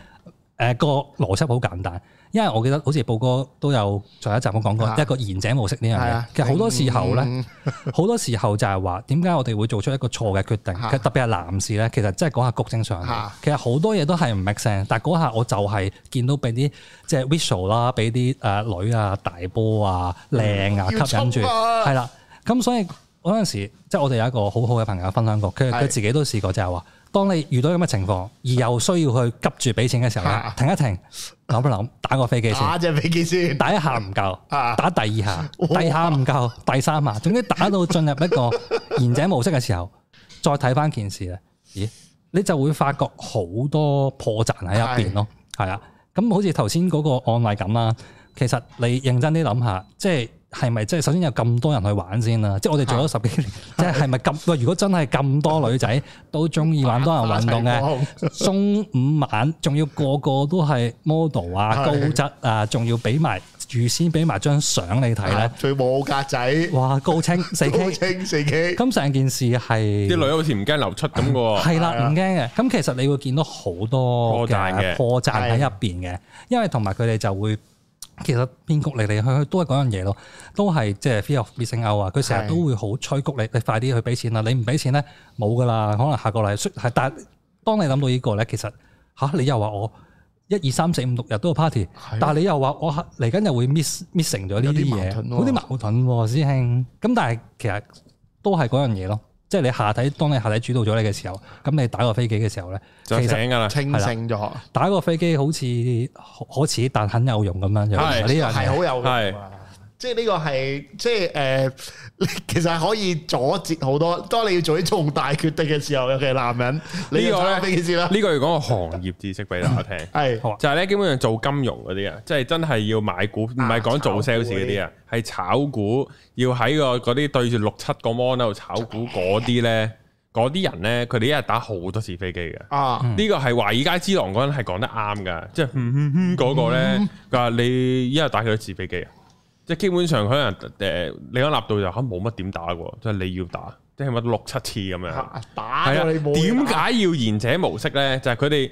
Speaker 3: 誒個邏輯好簡單，因為我記得好似寶哥都有上一集我講過
Speaker 2: 啊
Speaker 3: 一個賢者模式呢樣
Speaker 2: 係
Speaker 3: 嘢
Speaker 2: 啊。，
Speaker 3: 其實好多時候咧，
Speaker 2: 嗯
Speaker 3: 好多時候就係話點解我哋會做出一個錯嘅決定？
Speaker 2: 啊
Speaker 3: 其實特別係男士咧，其實真係嗰下谷正常嘅
Speaker 2: 啊。
Speaker 3: 其實好多嘢都係唔 make sense，但係嗰下我就係見到俾啲即係 visual 啦，俾啲誒女啊、大波啊、靚
Speaker 2: 要
Speaker 3: 啊吸引住，
Speaker 2: 衝啊
Speaker 3: 係啦。咁所以嗰陣時，即係我哋有一個好好嘅朋友分享過，佢
Speaker 2: 係
Speaker 3: 佢自己都試過就係話，當你遇到咁嘅情況，而又需要去急住俾錢嘅時候咧
Speaker 2: 嚇，
Speaker 3: 停一停，諗一諗，打個飛機先，
Speaker 2: 打只飛機先，
Speaker 3: 打一下唔夠，
Speaker 2: 啊
Speaker 3: 打第二下，
Speaker 2: 哇
Speaker 3: 第二下唔夠，第三下，總之打到進入一個賢者模式嘅時候，再睇翻件事咧，啊咦，你就會發覺好多破綻喺入邊咯，係啊，咁好似頭先嗰個案例咁啦，其實你認真啲諗下，即係。係咪即係首先有咁多人去玩先啦？即係我哋做咗十幾年，即係係咪咁？喂如果真係咁多女仔都中意玩多人運動嘅，中午晚仲要個個都係 model 啊、
Speaker 2: 係
Speaker 3: 高質啊，仲要俾埋預先俾埋張相你睇
Speaker 2: 係
Speaker 3: 咧
Speaker 2: 啦，，啊最冇格仔，
Speaker 3: 哇高清四
Speaker 2: 高
Speaker 3: K，
Speaker 2: 清四 K，
Speaker 3: 咁成件事係
Speaker 1: 啲女好似唔驚流出咁嘅喎。
Speaker 3: 係
Speaker 2: 係
Speaker 3: 啦，
Speaker 2: 啊
Speaker 3: 唔驚嘅。咁其實你會見到好多
Speaker 1: 破綻嘅
Speaker 3: 嘅破綻喺入邊嘅，因為同埋佢哋就會其實騙局嚟嚟去去都係嗰樣嘢咯，都係即係 fear of missing out 啊！佢成
Speaker 2: 係
Speaker 3: 日都會好催谷你，你快啲去俾錢啦！你唔俾錢咧，冇噶啦，可能下個禮雖係，但係當你諗到呢個咧，其實吓你又話我。一二三四五六日都有 party，
Speaker 2: 係啊
Speaker 3: 但係你又話我下嚟緊又會 miss missing 咗呢
Speaker 2: 有
Speaker 3: 啲
Speaker 2: 啲矛
Speaker 3: 嘢，
Speaker 2: 盾喎
Speaker 3: 好啲矛盾喎，師兄。咁但係其實都係嗰樣嘢咯，即係你下體，當你下體主導咗你嘅時候，咁你打個飛機嘅時候咧，其
Speaker 1: 就醒
Speaker 3: 實
Speaker 1: 㗎啦，
Speaker 2: 清醒咗，
Speaker 3: 打個飛機好似可可恥但很有用咁樣樣。
Speaker 1: 係
Speaker 3: 呢樣
Speaker 2: 係
Speaker 3: 嘢
Speaker 2: 好有用
Speaker 1: 係
Speaker 2: 啊！即係呢個係即係誒、呃 其實係可以阻截好多。當你要做啲重大決定嘅時候，尤其係男人，你
Speaker 1: 呢個
Speaker 2: 要
Speaker 1: 呢
Speaker 2: 打飛機先啦。
Speaker 1: 呢個要講個行業知識俾大家聽。
Speaker 2: 係
Speaker 3: 好
Speaker 1: 就係咧，基本上做金融嗰啲啊，即係真係要買股，唔係講做
Speaker 2: 啊炒股
Speaker 1: sales 嗰啲啊，係炒股，要喺個嗰啲對住六七個 mon 喺度炒股嗰啲咧，嗰啲人咧，佢哋一日打好多次飛機嘅。
Speaker 2: 啊，
Speaker 1: 呢個係華爾街之狼嗰陣係講得啱噶，即係嗯嗯嗯嗰個咧，佢話你一日打幾多次飛機啊？即係基本上可能誒，你講納到就嚇啊冇乜點打喎，即係你要打，即係起碼六七次咁樣。
Speaker 2: 打
Speaker 1: 係
Speaker 2: 到
Speaker 1: 啊，
Speaker 2: 呃你冇嘢
Speaker 1: 點解
Speaker 2: 打
Speaker 1: 要賢者模式咧？就係佢哋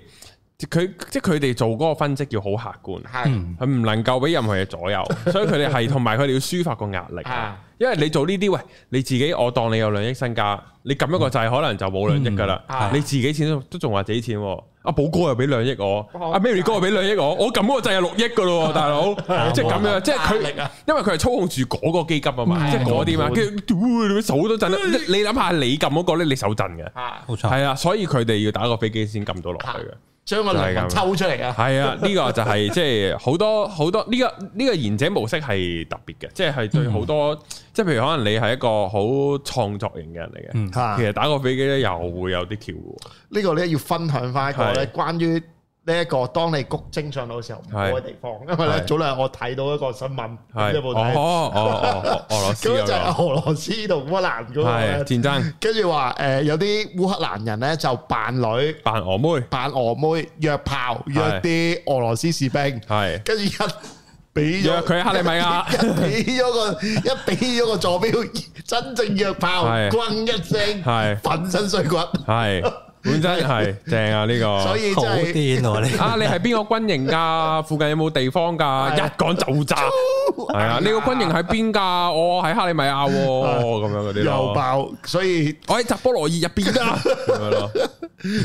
Speaker 1: 佢即係佢哋做嗰個分析要好客觀，
Speaker 2: 係
Speaker 1: 佢唔能夠俾任何嘢左 右，所以佢哋係同埋佢哋要抒發個壓力
Speaker 2: 啊。
Speaker 1: 因為你做呢啲，喂，你自己我當你有兩億身家，你撳一個掣可能就冇兩億噶啦
Speaker 2: 嗯啊。
Speaker 1: 你自己錢都都仲話自己錢喎，阿寶哥又俾兩億我，
Speaker 2: 哇
Speaker 1: 阿 Mary 哥又俾兩億我，我撳嗰個掣係六億噶 咯，大佬，即係咁樣，即係佢
Speaker 2: 啊壓力啊，
Speaker 1: 因為佢係操控住嗰個基金啊嘛，
Speaker 3: 嗯
Speaker 1: 即係嗰啲嘛，跟住屌你手都震啦。啊
Speaker 2: 嗯
Speaker 1: 你你諗下你撳嗰個咧，你手震嘅。
Speaker 2: 啊，
Speaker 3: 冇錯，
Speaker 1: 系啊，所以佢哋要打個飛機先撳到落去嘅。
Speaker 2: 將個靈魂
Speaker 1: 就係
Speaker 2: 抽出嚟啊！
Speaker 1: 係啊，呢個就係即係好多 好多呢個呢個賢者模式係特別嘅，即係對好多即係譬如可能你係一個好創作型嘅人嚟嘅，
Speaker 3: 嗯
Speaker 2: 嚇
Speaker 1: 其實打個飛機咧又會有啲橋喎。
Speaker 2: 啊呢個咧要分享翻一個咧，
Speaker 1: 係
Speaker 2: 關於呢一個當你谷精上腦嘅時候唔好嘅地方，因為咧
Speaker 1: 係
Speaker 2: 早兩日我睇到一個新聞，你有
Speaker 1: 係
Speaker 2: 冇
Speaker 1: 哦
Speaker 2: 睇？
Speaker 1: 哦哦哦俄羅斯
Speaker 2: 咁樣
Speaker 1: 嗰
Speaker 2: 就
Speaker 1: 個
Speaker 2: 係俄羅斯同烏克蘭嗰個
Speaker 1: 係
Speaker 2: 咧
Speaker 1: 戰爭
Speaker 2: 跟住話誒有啲烏克蘭人咧就扮女、
Speaker 1: 扮俄妹
Speaker 2: 扮俄妹、約炮、約啲俄羅斯士兵，
Speaker 1: 係
Speaker 2: 跟住一俾
Speaker 1: 約
Speaker 2: 咗
Speaker 1: 佢克里米亞
Speaker 2: 一俾咗個一俾咗個坐標，真正約炮，
Speaker 1: 係
Speaker 2: 轟一聲，
Speaker 1: 係哦
Speaker 2: 粉身碎骨，
Speaker 1: 係本身係 正啊呢
Speaker 2: 所
Speaker 1: 個。
Speaker 2: 以
Speaker 3: 好
Speaker 2: 真係。
Speaker 3: 癲喎你。
Speaker 1: 啊！你係邊個軍營㗎？附近有冇地方㗎？
Speaker 2: 係
Speaker 1: 一講就炸。係啊，你個軍營喺邊㗎？我喺克里米亞喎，咁樣嗰啲
Speaker 2: 又
Speaker 1: 咯。
Speaker 2: 爆，所以
Speaker 1: 我喺扎波羅熱入邊啊，咁樣咯。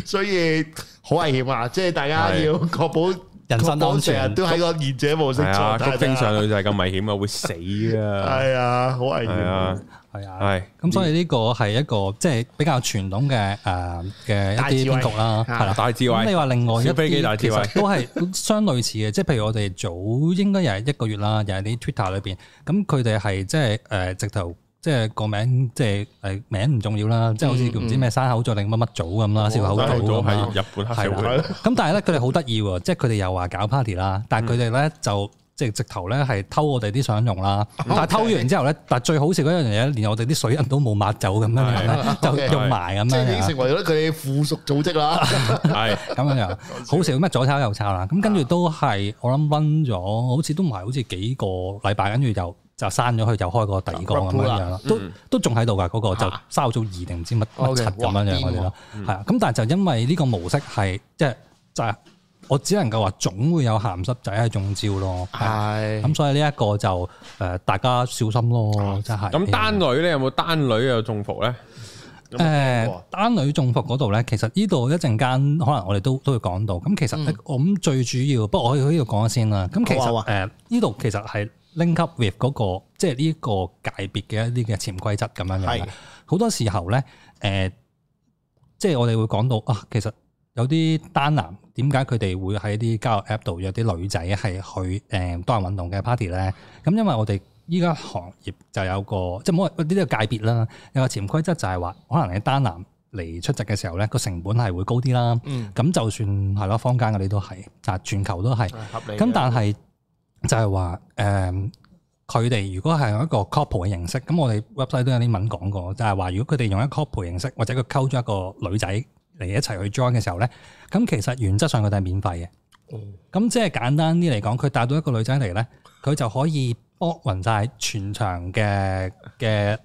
Speaker 2: 所以好危險啊！即係大家
Speaker 1: 係
Speaker 2: 要確保
Speaker 3: 人身
Speaker 2: 確保
Speaker 3: 安全
Speaker 2: 成日都喺個賢者模式
Speaker 1: 係啊，
Speaker 2: 狀
Speaker 1: 谷
Speaker 2: 態
Speaker 1: 精
Speaker 2: 底
Speaker 1: 上
Speaker 2: 下。
Speaker 1: 女就係咁危險啊，會死啊。
Speaker 2: 係啊，好
Speaker 1: 係
Speaker 2: 危險
Speaker 1: 啊。，
Speaker 3: 係啊，
Speaker 1: 係
Speaker 3: 咁所以呢個係一個即係比較傳統嘅誒嘅
Speaker 2: 大
Speaker 3: 一
Speaker 2: 智
Speaker 3: 啲
Speaker 2: 慧
Speaker 3: 騙局啦，
Speaker 2: 啊
Speaker 3: 係啦。
Speaker 1: 大智慧
Speaker 3: 咁你話另外一
Speaker 1: 小飛機大
Speaker 3: 啲
Speaker 1: 智
Speaker 3: 其
Speaker 1: 慧
Speaker 3: 實都係 相類似嘅，即係譬如我哋早應該又係一個月啦，又係啲 Twitter 裏邊，咁佢哋係即係誒直頭。即係個名，即係誒名唔重要啦，即係好似叫唔知咩山口組定乜乜組咁啦，笑口
Speaker 1: 好
Speaker 3: 組
Speaker 1: 早
Speaker 3: 咁啦。
Speaker 1: 喺日本黑
Speaker 3: 啊係
Speaker 1: 社
Speaker 3: 啦
Speaker 1: 會，
Speaker 3: 咁但係咧，佢哋好得意喎，即係佢哋又話搞 party 啦，但係佢哋咧就即係直頭咧係偷我哋啲相用啦。但係偷完之後咧，但係最好笑嗰樣嘢，連我哋啲水印都冇抹走咁樣樣咧，
Speaker 2: OK
Speaker 3: 就用埋咁
Speaker 2: 即
Speaker 3: 樣
Speaker 2: 係已
Speaker 3: 樣
Speaker 2: 經。成為咗佢哋附屬組織啦。
Speaker 1: 係
Speaker 3: 咁樣樣，好少咩左抄右抄啦。咁跟住都係我諗 run 咗，好似都唔係好似幾個禮拜，跟住又就刪咗佢，又開個第二個咁樣樣啦。都都仲喺度㗎，嗰個就
Speaker 2: 啊
Speaker 3: 稍早二定唔知乜乜
Speaker 2: OK，
Speaker 3: 柒咁樣樣
Speaker 2: 哇
Speaker 3: 嗰啲咯。係啊，咁但係就因為呢個模式係即係就係我只能夠話總會有鹹濕仔係中招咯。係啊
Speaker 2: 係
Speaker 3: 咁所以呢一個就誒大家小心咯，真係。
Speaker 1: 咁單女咧有冇單女有中伏咧？
Speaker 2: 啊有冇聽
Speaker 3: 誒
Speaker 2: 過
Speaker 3: 單女中伏嗰度咧，其實呢度一陣間可能我哋都都會講到。咁其實呢我諗最主要，不過我喺呢度講咗先啦。咁其
Speaker 2: 嗯好啊
Speaker 3: 實
Speaker 2: 好
Speaker 3: 誒呃呢度其實係 link up with 嗰、個即係呢個界別嘅一啲嘅潛規則咁樣樣
Speaker 2: 係
Speaker 3: 呃啦。好多時候咧誒、即即係我哋會講到啊，其實有啲單男點解佢哋會喺啲交友 app 度約啲女仔係去誒、呃多人運動嘅 party 咧？咁因為我哋依家行業就有個即係冇呢啲係界別啦，有個潛規則就係話，可能你單男嚟出席嘅時候咧，個成本係會高啲啦。
Speaker 2: 嗯，
Speaker 3: 咁就算係咯，坊間嗰啲都係，啊全球都係。
Speaker 2: 合理嘅。
Speaker 3: 咁但係就係話誒，嗯佢哋如果係用一個 couple 嘅形式，咁我哋 website 都有啲文講過，就係話如果佢哋用一個 couple 形式，或者佢溝咗一個女仔嚟一齊去 join 嘅時候咧，咁其實原則上佢哋係免費嘅。
Speaker 2: 嗯
Speaker 3: 咁即係簡單啲嚟講，佢帶到一個女仔嚟咧，佢就可以幫暈晒全場嘅嘅誒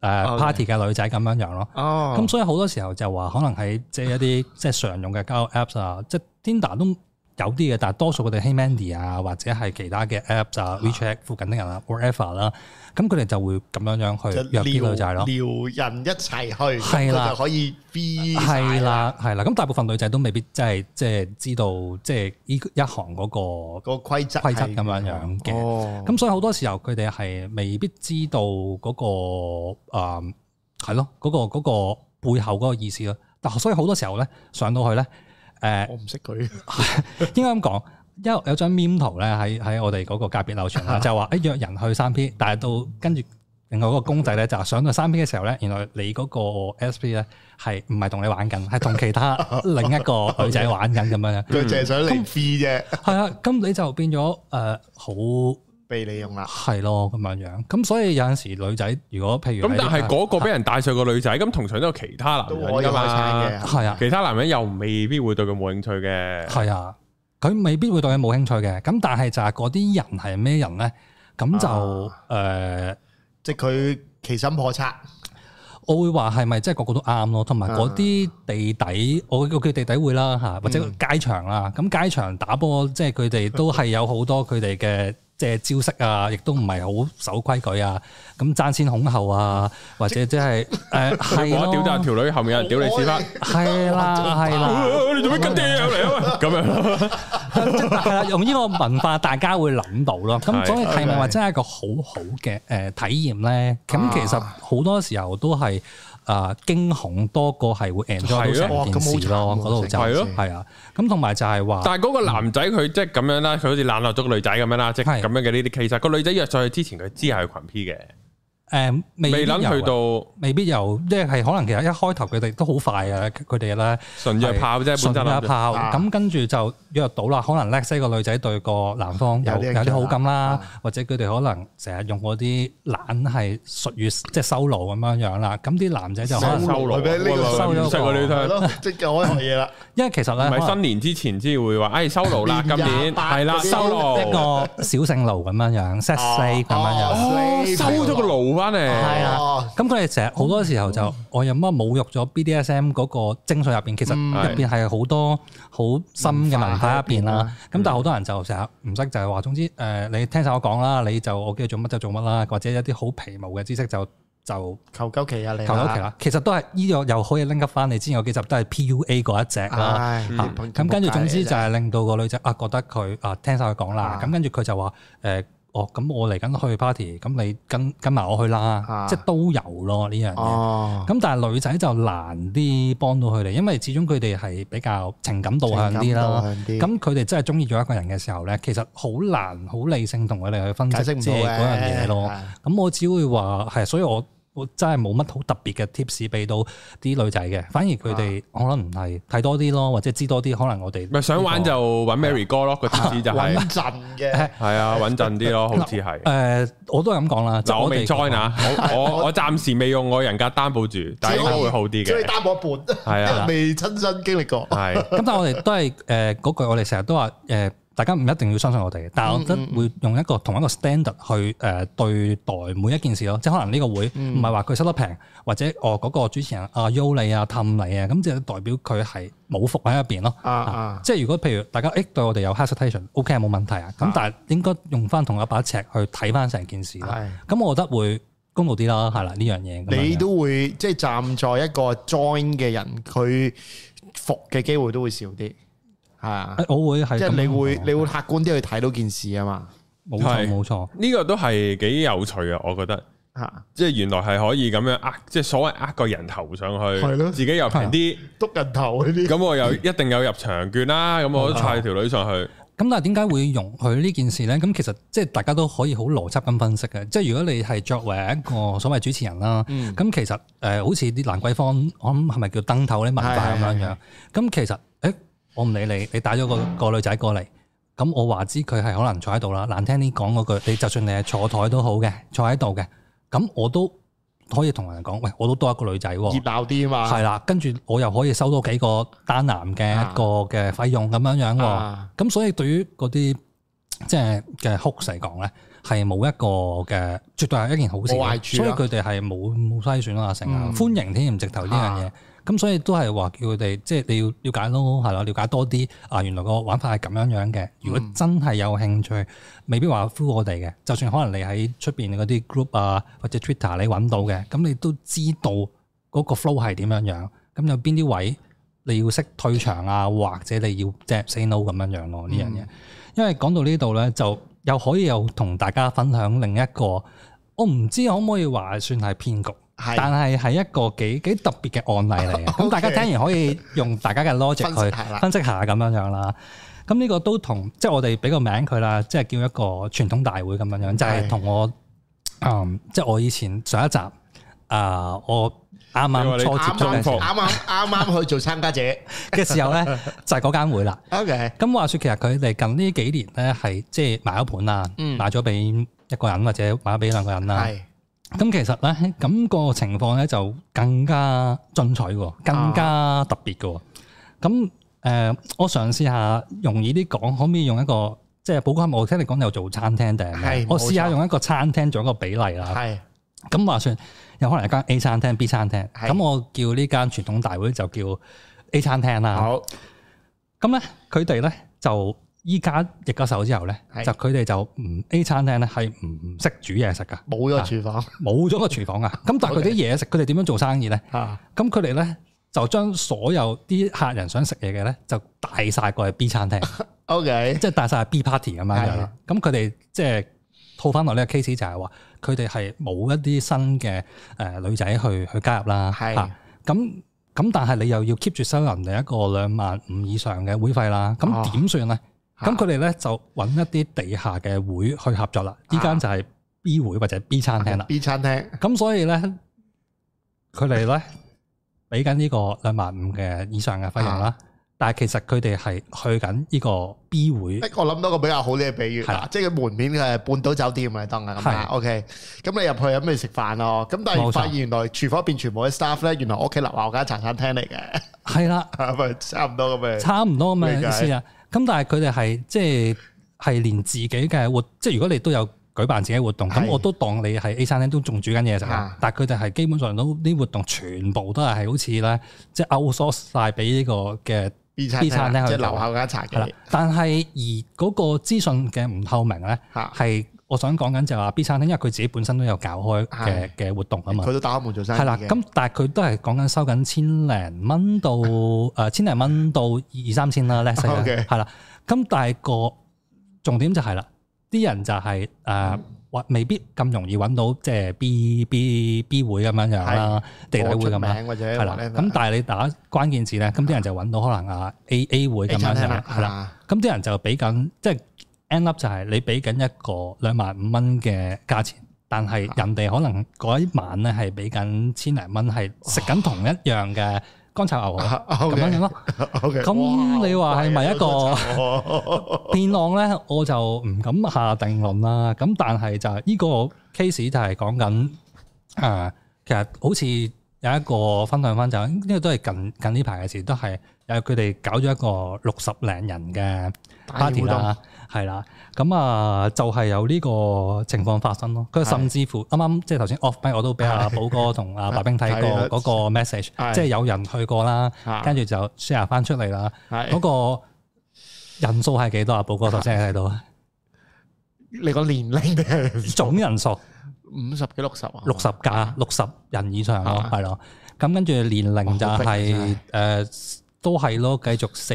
Speaker 2: 哦 OK
Speaker 3: party 嘅女仔咁樣樣咯。
Speaker 2: 哦，
Speaker 3: 咁所以好多時候就話可能喺即係一啲 即係常用嘅交友 Apps 啊，即係 Tinder 都有啲嘅，但係多數佢哋 HeyMandy 啊，或者係其他嘅 Apps 啊、WeChat 附近啲人啊、whatever 啦，咁佢哋就會咁樣樣
Speaker 2: 就
Speaker 3: 去約啲女仔咯。
Speaker 2: 撩人一齊去，
Speaker 3: 係啦
Speaker 2: 咁就可以 B
Speaker 3: 係啦，係啦，咁大部分女仔都未必真係即係知道即係呢一行嗰個
Speaker 2: 個規則係
Speaker 3: 規則咁樣樣嘅。
Speaker 2: 哦，
Speaker 3: 咁所以好多時候佢哋係未必知道嗰、個誒係咯，嗰、個嗰、個背後嗰個意思咯。但所以好多時候咧上到去咧，誒、
Speaker 2: 我唔識佢，
Speaker 3: 應該咁講，因為有張 meme 圖咧喺喺我哋嗰個界別 流傳啦，就話誒哎約人去三 P，但係到跟住另外嗰個公仔咧就話上到三 P 嘅時候咧，原來你嗰個 SP 咧係唔係同你玩緊，係同 其他另一個女仔玩緊咁樣嘅。
Speaker 2: 佢淨係想嚟 B 啫，
Speaker 3: 係啊，咁你就變咗誒好。
Speaker 2: 被你用啦。
Speaker 3: 係咯，咁樣樣。咁所以有陣時女仔如果譬如
Speaker 1: 咁但係嗰個俾人帶上個女仔，咁同場都有其他男
Speaker 2: 都
Speaker 1: 人
Speaker 2: 可以
Speaker 1: 㗎
Speaker 2: 開餐
Speaker 1: 嘛，
Speaker 2: 嘅，
Speaker 3: 係啊
Speaker 1: 其他男人又未必會對佢冇興趣嘅。
Speaker 3: 係啊，佢未必會對你冇興趣嘅。咁但係就係嗰啲人係咩人咧？咁就誒、
Speaker 2: 啊
Speaker 3: 呃
Speaker 2: 即係佢其心叵測，
Speaker 3: 我會話係咪即係個個都啱咯？同埋嗰啲地底，我我叫地底會啦嚇，或者
Speaker 2: 嗯
Speaker 3: 街場啦。咁、街場打波，即係佢哋都係有好多佢哋嘅。即係招式啊，亦都唔係好守規矩啊，咁爭先恐後啊，或者即係誒
Speaker 1: 佢
Speaker 3: 係
Speaker 1: 冇得屌，但係
Speaker 3: 咯，
Speaker 1: 條女後面有人屌你屎忽，啊
Speaker 3: 係啦係啦。
Speaker 1: 你做咩跟爹入嚟啊？咁樣咯
Speaker 3: 係啦，用呢個文化大家會諗到咯。咁
Speaker 1: 係
Speaker 3: 所以係咪話真係一個好好嘅誒體驗咧？
Speaker 1: 啊
Speaker 3: 咁其實好多時候都係誒驚恐多過係會 enjoy
Speaker 1: 係
Speaker 3: 到
Speaker 1: 咯
Speaker 3: 成件事
Speaker 2: 哇咁好
Speaker 3: 咯。
Speaker 2: 慘喎
Speaker 3: 嗰度就
Speaker 1: 係咯
Speaker 3: 係啊。咁同埋就係話
Speaker 1: 但係嗰個男仔佢即係咁樣啦，佢好似冷落咗個女仔咁樣啦，即係
Speaker 3: 係
Speaker 1: 咁樣嘅呢啲 case 啊。個女仔約上去之前，佢知係佢群 P 嘅，
Speaker 3: 誒
Speaker 1: 未
Speaker 3: 呃
Speaker 1: 諗
Speaker 3: 未諗
Speaker 1: 去到
Speaker 3: 未必有，即係可能其實一開頭佢哋都好快啊，佢哋咧。
Speaker 1: 純約炮啫，本身
Speaker 3: 純
Speaker 1: 諗
Speaker 3: 約
Speaker 1: 住
Speaker 3: 炮，
Speaker 2: 啊
Speaker 3: 咁跟住就約到啦。可能 l e x 個女仔對個男方有
Speaker 2: 有啲
Speaker 3: 有啲好感啦
Speaker 2: 啊，
Speaker 3: 或者佢哋可能成日用嗰啲懶係術語，即係收奴咁樣樣啦。咁啲男仔就可能
Speaker 2: 收，
Speaker 1: 收羅，
Speaker 2: 係咪呢個
Speaker 1: 哇
Speaker 3: 收咗
Speaker 1: 唔識喎
Speaker 3: 個
Speaker 1: 呢
Speaker 2: 係
Speaker 1: 套
Speaker 2: 咯，即係我學嘢啦。
Speaker 3: 因為其實
Speaker 1: 唔
Speaker 3: 咧，
Speaker 1: 係
Speaker 3: 可
Speaker 1: 新年之前先會話，哎收爐 啦，今
Speaker 2: 年
Speaker 1: 年
Speaker 2: 廿八
Speaker 1: 係啦，
Speaker 2: 嗰啲
Speaker 1: 收
Speaker 3: 能
Speaker 1: 爐，
Speaker 3: 一個小聖奴咁樣樣 set 四咁樣樣。
Speaker 1: 哦，收咗個爐翻嚟，
Speaker 3: 係啦
Speaker 2: 哦，
Speaker 3: 咁佢哋成日好多時候就我有乜侮辱咗 BDSM 嗰個精髓入邊，其實
Speaker 2: 嗯
Speaker 3: 入邊係好多好深嘅文化入
Speaker 2: 文化喺入
Speaker 3: 邊
Speaker 2: 邊
Speaker 3: 啦
Speaker 2: 啦。嗯
Speaker 3: 咁但係好多人就成日唔識，就係話總之誒、你聽晒我講啦，你就我叫你做乜就做乜啦，或者一啲好皮毛嘅知識就就
Speaker 2: 求鳩其啊你，
Speaker 3: 求到其，啦。其實都係呢個又可以拎得翻你之前有幾集都係 PUA 嗰一隻啦。
Speaker 2: 唉，
Speaker 1: 嗯
Speaker 2: 日本
Speaker 3: 咁跟住總之
Speaker 2: 仆
Speaker 3: 就
Speaker 2: 街
Speaker 3: 係令到個女仔啊覺得佢啊聽晒佢講啦
Speaker 2: 啊，
Speaker 3: 咁跟住佢就話誒哦咁我嚟緊去 party，咁你跟跟埋我去啦
Speaker 2: 啊，
Speaker 3: 即係都有咯呢樣
Speaker 2: 真係
Speaker 3: 嘢。
Speaker 2: 哦，
Speaker 3: 咁但係女仔就難啲幫到佢哋，因為始終佢哋係比較情感導向啲
Speaker 2: 情感導
Speaker 3: 啦。
Speaker 2: 向啲，
Speaker 3: 咁佢哋真係中意咗一個人嘅時候咧，其實好難好理性同佢哋去分
Speaker 2: 解
Speaker 3: 析
Speaker 2: 釋唔
Speaker 3: 即係
Speaker 2: 到嘅
Speaker 3: 嗰樣嘢咯。
Speaker 2: 係
Speaker 3: 咁我只會話係，所以我我真係冇乜好特別嘅 tips 俾到啲女仔嘅，反而佢哋
Speaker 2: 啊
Speaker 3: 可能係睇多啲咯，或者知多啲，可能我哋
Speaker 1: 咪哦想玩就揾 Mary 哥咯，個
Speaker 3: 啊
Speaker 1: 貼士就係
Speaker 2: 穩陣嘅，
Speaker 1: 係啊，穩陣啲 咯，好似係。
Speaker 3: 誒，我都係咁講啦，即係
Speaker 1: 嗱，我
Speaker 3: 哋
Speaker 1: 未 join 啊，我我我暫時未用我人格擔保住，但係應該會好啲
Speaker 2: 即係
Speaker 1: 嘅，
Speaker 2: 擔我一半，
Speaker 1: 係
Speaker 2: 因為
Speaker 1: 啊，
Speaker 2: 未親身經歷過，
Speaker 1: 係啊
Speaker 3: 咁但係我哋都係誒嗰句，我哋成日都話誒、呃大家唔一定要相信我哋嘅，但係我覺得會用一個同一個 standard 去誒、對待每一件事咯，即係可能呢個會唔係話佢收得平，或者哦嗰、個主持人啊邀你啊氹你啊，咁就代表佢係冇服喺入邊咯。
Speaker 2: 啊啊
Speaker 3: 即係如果譬如大家誒、對我哋有 hesitation，OK、冇問題啊，咁
Speaker 2: 啊
Speaker 3: 但係應該用翻同一把尺去睇翻成件事咯。
Speaker 2: 係。
Speaker 3: 咁我覺得會公道啲啦，係啦呢樣嘢咁樣。
Speaker 2: 你都會即係站在一個 join 嘅人，佢服嘅機會都會少啲，係啊，
Speaker 3: 誒我會係
Speaker 2: 即係
Speaker 3: 咁
Speaker 2: 你
Speaker 3: 樣
Speaker 2: 會
Speaker 3: 講
Speaker 2: 你會客觀啲去睇到件事啊嘛，
Speaker 3: 冇
Speaker 1: 係
Speaker 3: 錯冇錯。
Speaker 1: 呢個都係幾有趣啊，我覺得，
Speaker 2: 吓，
Speaker 1: 即係原來係可以咁樣呃，即係所謂呃個人頭上
Speaker 2: 係
Speaker 1: 去，
Speaker 2: 咯
Speaker 1: 自己又平啲，
Speaker 2: 督人頭嗰啲，
Speaker 1: 咁我又一定有入場券啦，咁我都帶條女上去，
Speaker 3: 咁但係點解會容許呢件事呢？咁其實即係大家都可以好邏輯咁分析嘅。即係如果你係作為一個所謂主持人啦，咁、
Speaker 2: 嗯
Speaker 3: 其實誒、呃好似啲蘭桂坊，我諗係咪叫燈頭咧文化咁樣樣？咁其實誒、欸我唔理你，你帶咗個個女仔過嚟，咁我話知佢係可能坐喺度啦。難聽啲講嗰句，你就算你係坐台都好嘅，坐喺度嘅，咁我都可以同人講，喂，我都多一個女仔喎、
Speaker 2: 熱鬧啲啊嘛，
Speaker 3: 係啦，跟住我又可以收多幾個單男嘅一個嘅費用咁樣樣喎。
Speaker 2: 啊
Speaker 3: 咁所以對於嗰啲即係嘅 hook 嚟講咧，係冇一個嘅，絕對係一件好事
Speaker 2: 冇壞
Speaker 3: 嘅。
Speaker 2: 處
Speaker 3: 所以
Speaker 2: 啦
Speaker 3: 佢哋係冇冇篩選啦，成啊
Speaker 2: 嗯
Speaker 3: 歡迎添，直頭呢樣嘢
Speaker 2: 啊。
Speaker 3: 咁所以都係話叫佢哋，即係你要了解咯，係啦，了解多啲啊。原來個玩法係咁樣樣嘅。如果
Speaker 2: 嗯
Speaker 3: 真係有興趣，未必話呼我哋嘅。就算可能你喺出邊嗰啲 group 啊，或者 Twitter 你揾到嘅，咁你都知道嗰個 flow 係點樣樣。咁有邊啲位你要識退場啊，或者你要即係 say no 咁樣樣咯呢樣嘢。因為講到呢度咧，就又可以又同大家分享另一個，我唔知可唔可以話算係騙局。但
Speaker 2: 係
Speaker 3: 係係一個幾幾特別嘅案例嚟嘅。咁
Speaker 2: OK
Speaker 3: 大家聽完可以用大家嘅
Speaker 2: 分
Speaker 3: logic
Speaker 2: 析
Speaker 3: 去
Speaker 2: 下啦
Speaker 3: 分析下咁樣樣啦。咁呢個都同即係我哋俾個名佢啦，即係叫一個傳統大會咁樣樣，就係
Speaker 2: 係
Speaker 3: 同我嗯即係我以前上一集啊、啊我啱
Speaker 1: 你話
Speaker 3: 啱
Speaker 1: 你
Speaker 3: 初接
Speaker 2: 啱啱
Speaker 3: 觸嘅時候
Speaker 2: 啱啱啱啱去做參 加者
Speaker 3: 嘅時候咧，就係嗰間會啦。
Speaker 2: ，OK，
Speaker 3: 咁話說，其實佢哋近呢幾年咧係即係買咗盤啦，
Speaker 2: 嗯
Speaker 3: 買咗俾一個人或者買咗俾兩個人啦。
Speaker 2: 係
Speaker 3: 咁其實咧，咁、個情況咧就更加進取喎，
Speaker 2: 啊
Speaker 3: 更加特別嘅喎。咁誒、呃我嘗試下容易啲講，可唔可以用一個即係寶哥，我聽你講有做餐廳定係咩
Speaker 2: 係
Speaker 3: 我試下
Speaker 2: 冇錯
Speaker 3: 用一個餐廳做一個比例啦。
Speaker 2: 係
Speaker 3: 咁話算有可能一間 A 餐廳、B 餐廳，
Speaker 2: 係
Speaker 3: 咁我叫呢間傳統大會就叫 A 餐廳啦。
Speaker 2: 好
Speaker 3: 咁咧，佢哋咧就依家易咗手之後咧，
Speaker 2: 係
Speaker 3: 就佢哋就唔 A 餐廳咧係唔識煮嘢食噶，
Speaker 2: 冇咗個廚房
Speaker 3: 冇咗個廚房噶。啊咁但係佢啲嘢食，佢哋點樣做生意咧？
Speaker 2: 嚇，
Speaker 3: 咁佢哋咧就將所有啲客人想食嘢嘅咧，就帶晒過去 B 餐廳，
Speaker 2: OK
Speaker 3: 即係帶晒去 B party 咁樣樣啦。咁佢哋即係套翻落呢個 case 就係話，佢哋係冇一啲新嘅誒、呃女仔去去加入啦。
Speaker 2: 係
Speaker 3: 嚇咁咁，但係你又要 keep 住收人哋一個兩萬五以上嘅會費啦。咁
Speaker 2: 哦
Speaker 3: 點算咧？
Speaker 2: 嚇
Speaker 3: 咁佢哋咧就揾一啲地下嘅會去合作啦。呢
Speaker 2: 啊
Speaker 3: 間就係 B 會或者 B 餐廳啦。
Speaker 2: B 餐廳
Speaker 3: 咁所以咧，佢哋咧俾緊呢個兩萬五嘅以上嘅費用
Speaker 2: 啊
Speaker 3: 啦，但係其實佢哋係去緊呢個 B 會，
Speaker 2: 誒我諗到個比較好啲嘅比喻
Speaker 3: 係啦
Speaker 2: 啦，即係佢門面係半島酒店嚟當係啊咁
Speaker 3: 係
Speaker 2: 啦。OK，咁你入去咁咪食飯咯。咁但
Speaker 3: 冇錯
Speaker 2: 係發現原來廚房入邊全部啲 staff 咧，原來我屋企樓下嗰間茶餐廳嚟嘅，
Speaker 3: 係啦，
Speaker 2: 係咪差唔多咁嘅。
Speaker 3: 差唔多咁嘅
Speaker 2: 理解
Speaker 3: 意思啊。咁但係佢哋係即係係連自己嘅活，即係如果你都有舉辦自己活動，咁
Speaker 2: 係
Speaker 3: 我都當你係 A 餐廳都仲煮緊嘢食啦
Speaker 2: 啊。
Speaker 3: 但係佢哋係基本上都啲活動全部都係係好似咧，即係 outsource 晒俾呢個嘅
Speaker 2: B
Speaker 3: B
Speaker 2: 餐
Speaker 3: 餐廳
Speaker 2: 廳啊
Speaker 3: 去
Speaker 2: 即係
Speaker 3: 做
Speaker 2: 樓下嗰間茶
Speaker 3: 係啦
Speaker 2: 記。
Speaker 3: 但係而嗰個資訊嘅唔透明咧。
Speaker 2: 嚇，
Speaker 3: 係我想講緊就係話 B 餐廳，因為佢自己本身都有搞開嘅
Speaker 2: 係
Speaker 3: 嘅活動啊嘛
Speaker 2: 佢，都打開門做生意
Speaker 3: 係啦。
Speaker 2: 嘅
Speaker 3: 咁但係佢都係講緊收緊千零蚊到誒千零蚊到二三千啦 let's say 啦
Speaker 2: OK
Speaker 3: 係啦。咁但係個重點就係啦，啲人就係誒
Speaker 2: 嗯
Speaker 3: 或未必咁容易揾到即係 B B B 會咁樣樣啦，地底會咁
Speaker 2: 報出
Speaker 3: 樣。
Speaker 2: 名或者啊
Speaker 3: 係啦，
Speaker 2: whatever
Speaker 3: 咁但係你打關鍵字咧，咁啲人就揾到可能啊 A A 會咁
Speaker 2: A
Speaker 3: 樣
Speaker 2: 餐廳啊
Speaker 3: 樣，
Speaker 2: 啦，
Speaker 3: 係啦。咁啲人就俾緊，即係 end up 就係你俾緊一個兩萬五蚊嘅價錢，但係
Speaker 2: 啊
Speaker 3: 人哋可能嗰一晚咧係俾緊千零蚊，係食緊同一樣嘅乾炒牛河
Speaker 2: 啊 啊
Speaker 3: 咁樣樣
Speaker 2: ，OK
Speaker 3: 咯。
Speaker 2: OK，
Speaker 3: 咁
Speaker 2: 哇
Speaker 3: 你話係咪一個
Speaker 2: 好
Speaker 3: 騙案咧，我就唔敢下定論啦。咁但係就係呢個 case 就係講緊誒，其實好似有一個分享翻就係呢個都係近近呢排嘅事，都係有佢哋搞咗一個六十零人嘅。
Speaker 2: 大型
Speaker 3: party
Speaker 2: 活動
Speaker 3: 啦，係啦，咁啊就係有呢個情況發生咯。佢
Speaker 2: 係
Speaker 3: 甚至乎啱啱即係頭先 off mic 我都俾阿寶哥同阿白冰睇
Speaker 2: 係啦
Speaker 3: 過嗰個 message，
Speaker 2: 係
Speaker 3: 即係有人去過啦，
Speaker 2: 嚇
Speaker 3: 啊跟住就 share 翻出嚟啦。
Speaker 2: 係
Speaker 3: 嗰個人數係幾多啊？寶哥頭先睇到
Speaker 2: 你個年齡定係
Speaker 3: 總人數
Speaker 2: 五十幾六十啊？
Speaker 3: 六十架，六十人以上咯，
Speaker 2: 係
Speaker 3: 係咯。咁跟住年齡就
Speaker 2: 啊哇好逼啊
Speaker 3: 係誒都係咯，繼續四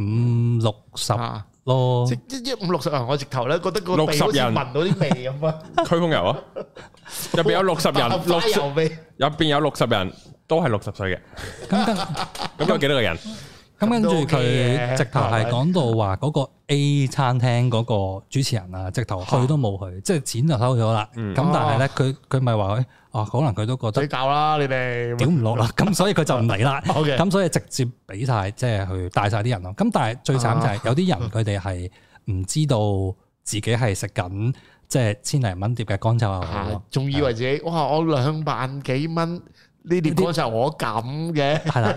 Speaker 3: 五六十
Speaker 2: 啊
Speaker 3: 咯
Speaker 2: à, 即。一一五六十人，我直頭咧覺得個
Speaker 1: 60
Speaker 2: 鼻好似
Speaker 1: 人
Speaker 2: 聞到啲味咁啊！
Speaker 1: 驅風油啊，入边有六十 人，六
Speaker 2: 花油味，
Speaker 1: 入边有六十人都係六十歲嘅，
Speaker 3: 咁跟
Speaker 1: 咁有幾多個人？
Speaker 3: 咁跟住
Speaker 2: 咁都 OK
Speaker 3: 佢
Speaker 2: 嘅
Speaker 3: 直頭係講到話嗰個 A 餐廳嗰個主持人啊，直頭去都冇去，即係錢就收咗啦。
Speaker 1: 嗯
Speaker 3: 咁但
Speaker 2: 哦
Speaker 3: 係咧，佢佢咪話誒，哦，可能佢都覺
Speaker 2: 嘴
Speaker 3: 得
Speaker 2: 教啦你哋。
Speaker 3: 屌唔落啦，咁所以佢就唔嚟啦。
Speaker 2: OK
Speaker 3: 咁所以直接俾晒即係去帶晒啲人咯。咁但係最慘就
Speaker 2: 啊
Speaker 3: 係有啲人佢哋係唔知道自己係食緊即係千零蚊碟嘅乾炒牛河
Speaker 2: 啊
Speaker 3: 咯。
Speaker 2: 仲以為自己哇，我兩萬幾蚊呢碟歌就我咁嘅
Speaker 3: 係啦，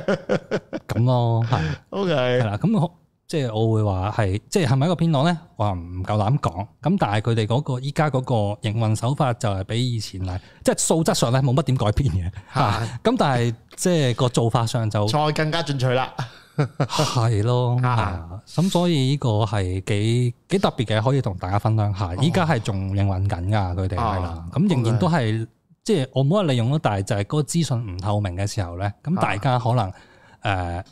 Speaker 3: 咁咯，係。係
Speaker 2: ，OK，
Speaker 3: 啦，咁我即係我會話係，即係係咪一個偏袒咧？我話唔夠膽講。咁但係佢哋嗰個依家嗰個營運手法就係比以前係，即係素質上咧冇乜點改變嘅。
Speaker 2: 係
Speaker 3: 嚇咁但係即係個做法上就
Speaker 2: 再更加進取啦，
Speaker 3: 係咯，係啊咁所以呢個係幾幾特別嘅，可以同大家分享下。依家係仲營運緊㗎，佢哋係啦
Speaker 2: 哦啊，
Speaker 3: 咁仍然都係即係我冇話利用咯，但係就係嗰個資訊唔透明嘅時候咧，咁
Speaker 2: 啊
Speaker 3: 大家可能誒、呃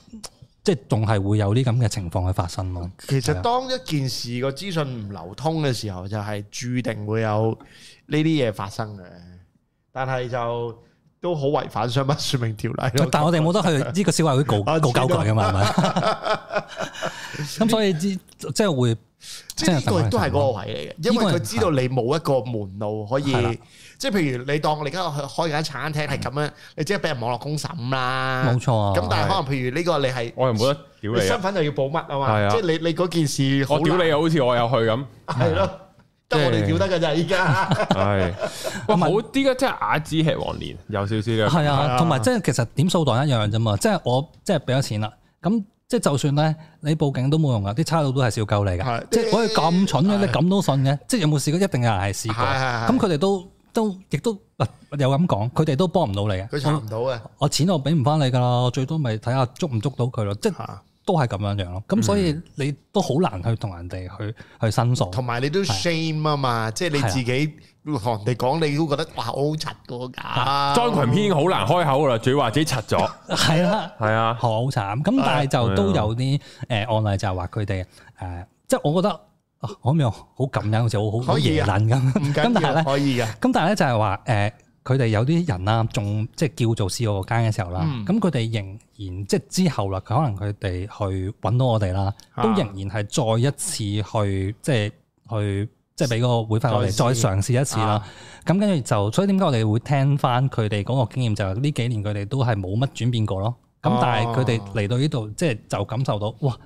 Speaker 3: 即係仲係會有啲咁嘅情況去發生咯。
Speaker 2: 其
Speaker 3: 係啊
Speaker 2: 實當一件事個資訊唔流通嘅時候，就係注定會有呢啲嘢發生嘅，但係就都好違反商品說明條例咯。
Speaker 3: 但係我哋冇得 去呢個消委會告
Speaker 2: 我
Speaker 3: 告
Speaker 2: 知道
Speaker 3: 鳩 佢噶嘛，係咪？咁所以之即係會
Speaker 2: 即係呢個亦都係嗰個位嚟嘅，因
Speaker 3: 呢個
Speaker 2: 為
Speaker 3: 係
Speaker 2: 佢知道你冇一個門路可
Speaker 3: 係啦
Speaker 2: 以，即係譬如你當你而家去開間餐廳係咁樣，你即係俾人網絡公審啦。
Speaker 3: 冇錯啊。
Speaker 2: 咁但係可能譬如呢個你係
Speaker 1: 我又冇得屌
Speaker 2: 你
Speaker 1: 你
Speaker 2: 身
Speaker 1: 啊！
Speaker 2: 份就要保密啊
Speaker 1: 係啊
Speaker 2: 嘛，即係你你嗰件事好
Speaker 1: 我屌
Speaker 2: 難
Speaker 1: 你啊，好似我有去咁。
Speaker 2: 係咯，得我哋屌得㗎咋依家。
Speaker 1: 唉，哇，
Speaker 3: 同埋
Speaker 1: 好啲嘅，真係啞子吃黃連，有少少嘅。
Speaker 3: 係
Speaker 2: 係
Speaker 3: 啊，
Speaker 2: 啊
Speaker 3: 同埋即係其實點數袋一樣啫嘛，即係我即係俾咗錢啦，咁即係就算咧你報警都冇用噶，啊啲差佬都係笑鳩你㗎。
Speaker 2: 係
Speaker 3: 即係我哋咁蠢嘅，你咁都信嘅，即係有冇試過？一定有人 係試過，
Speaker 2: 係係係
Speaker 3: 咁佢哋都都亦都有咁講，佢哋都幫唔到你嘅。
Speaker 2: 佢查唔到嘅，
Speaker 3: 我錢我俾唔翻你㗎啦，我最多咪睇下捉唔捉到佢咯，即係
Speaker 2: 嚇
Speaker 3: 都係咁樣樣咯。咁所以你都好難去同人哋去去申訴。
Speaker 2: 嗯同埋你都 shame 啊嘛，即係你
Speaker 3: 係啊
Speaker 2: 自己同人哋講，你都覺得哇好柒㗎㗎。
Speaker 1: 莊群篇已經好難開口啦，嘴話自己柒咗。
Speaker 3: 係啦，
Speaker 1: 係啊，
Speaker 3: 好慘。咁
Speaker 2: 哎
Speaker 3: 但係就
Speaker 1: 係
Speaker 3: 都有啲誒案例就係話佢哋誒，即係我覺得啊可唔可以好感恩，好似好好好
Speaker 2: 可以
Speaker 3: 耶
Speaker 2: 啊
Speaker 3: 撚咁。
Speaker 2: 唔
Speaker 3: 咁
Speaker 2: 緊
Speaker 3: 但係
Speaker 2: 要，
Speaker 3: 咧，
Speaker 2: 可以嘅。
Speaker 3: 咁但係咧就係話誒，佢哋有啲人啦，仲即係叫做試我嗰間嘅時候啦，
Speaker 2: 嗯
Speaker 3: 咁佢哋仍然即係之後啦，佢可能佢哋去揾到我哋啦，
Speaker 2: 啊
Speaker 3: 都仍然係再一次去即係去。即係俾個會費我哋，再
Speaker 2: 再試
Speaker 3: 嘗試一次啦
Speaker 2: 啊。
Speaker 3: 咁跟住就，所以點解我哋會聽翻佢哋嗰個經驗，就係呢幾年佢哋都係冇乜轉變過咯。咁
Speaker 2: 哦
Speaker 3: 但係佢哋嚟到呢度，即係就感受到，哇！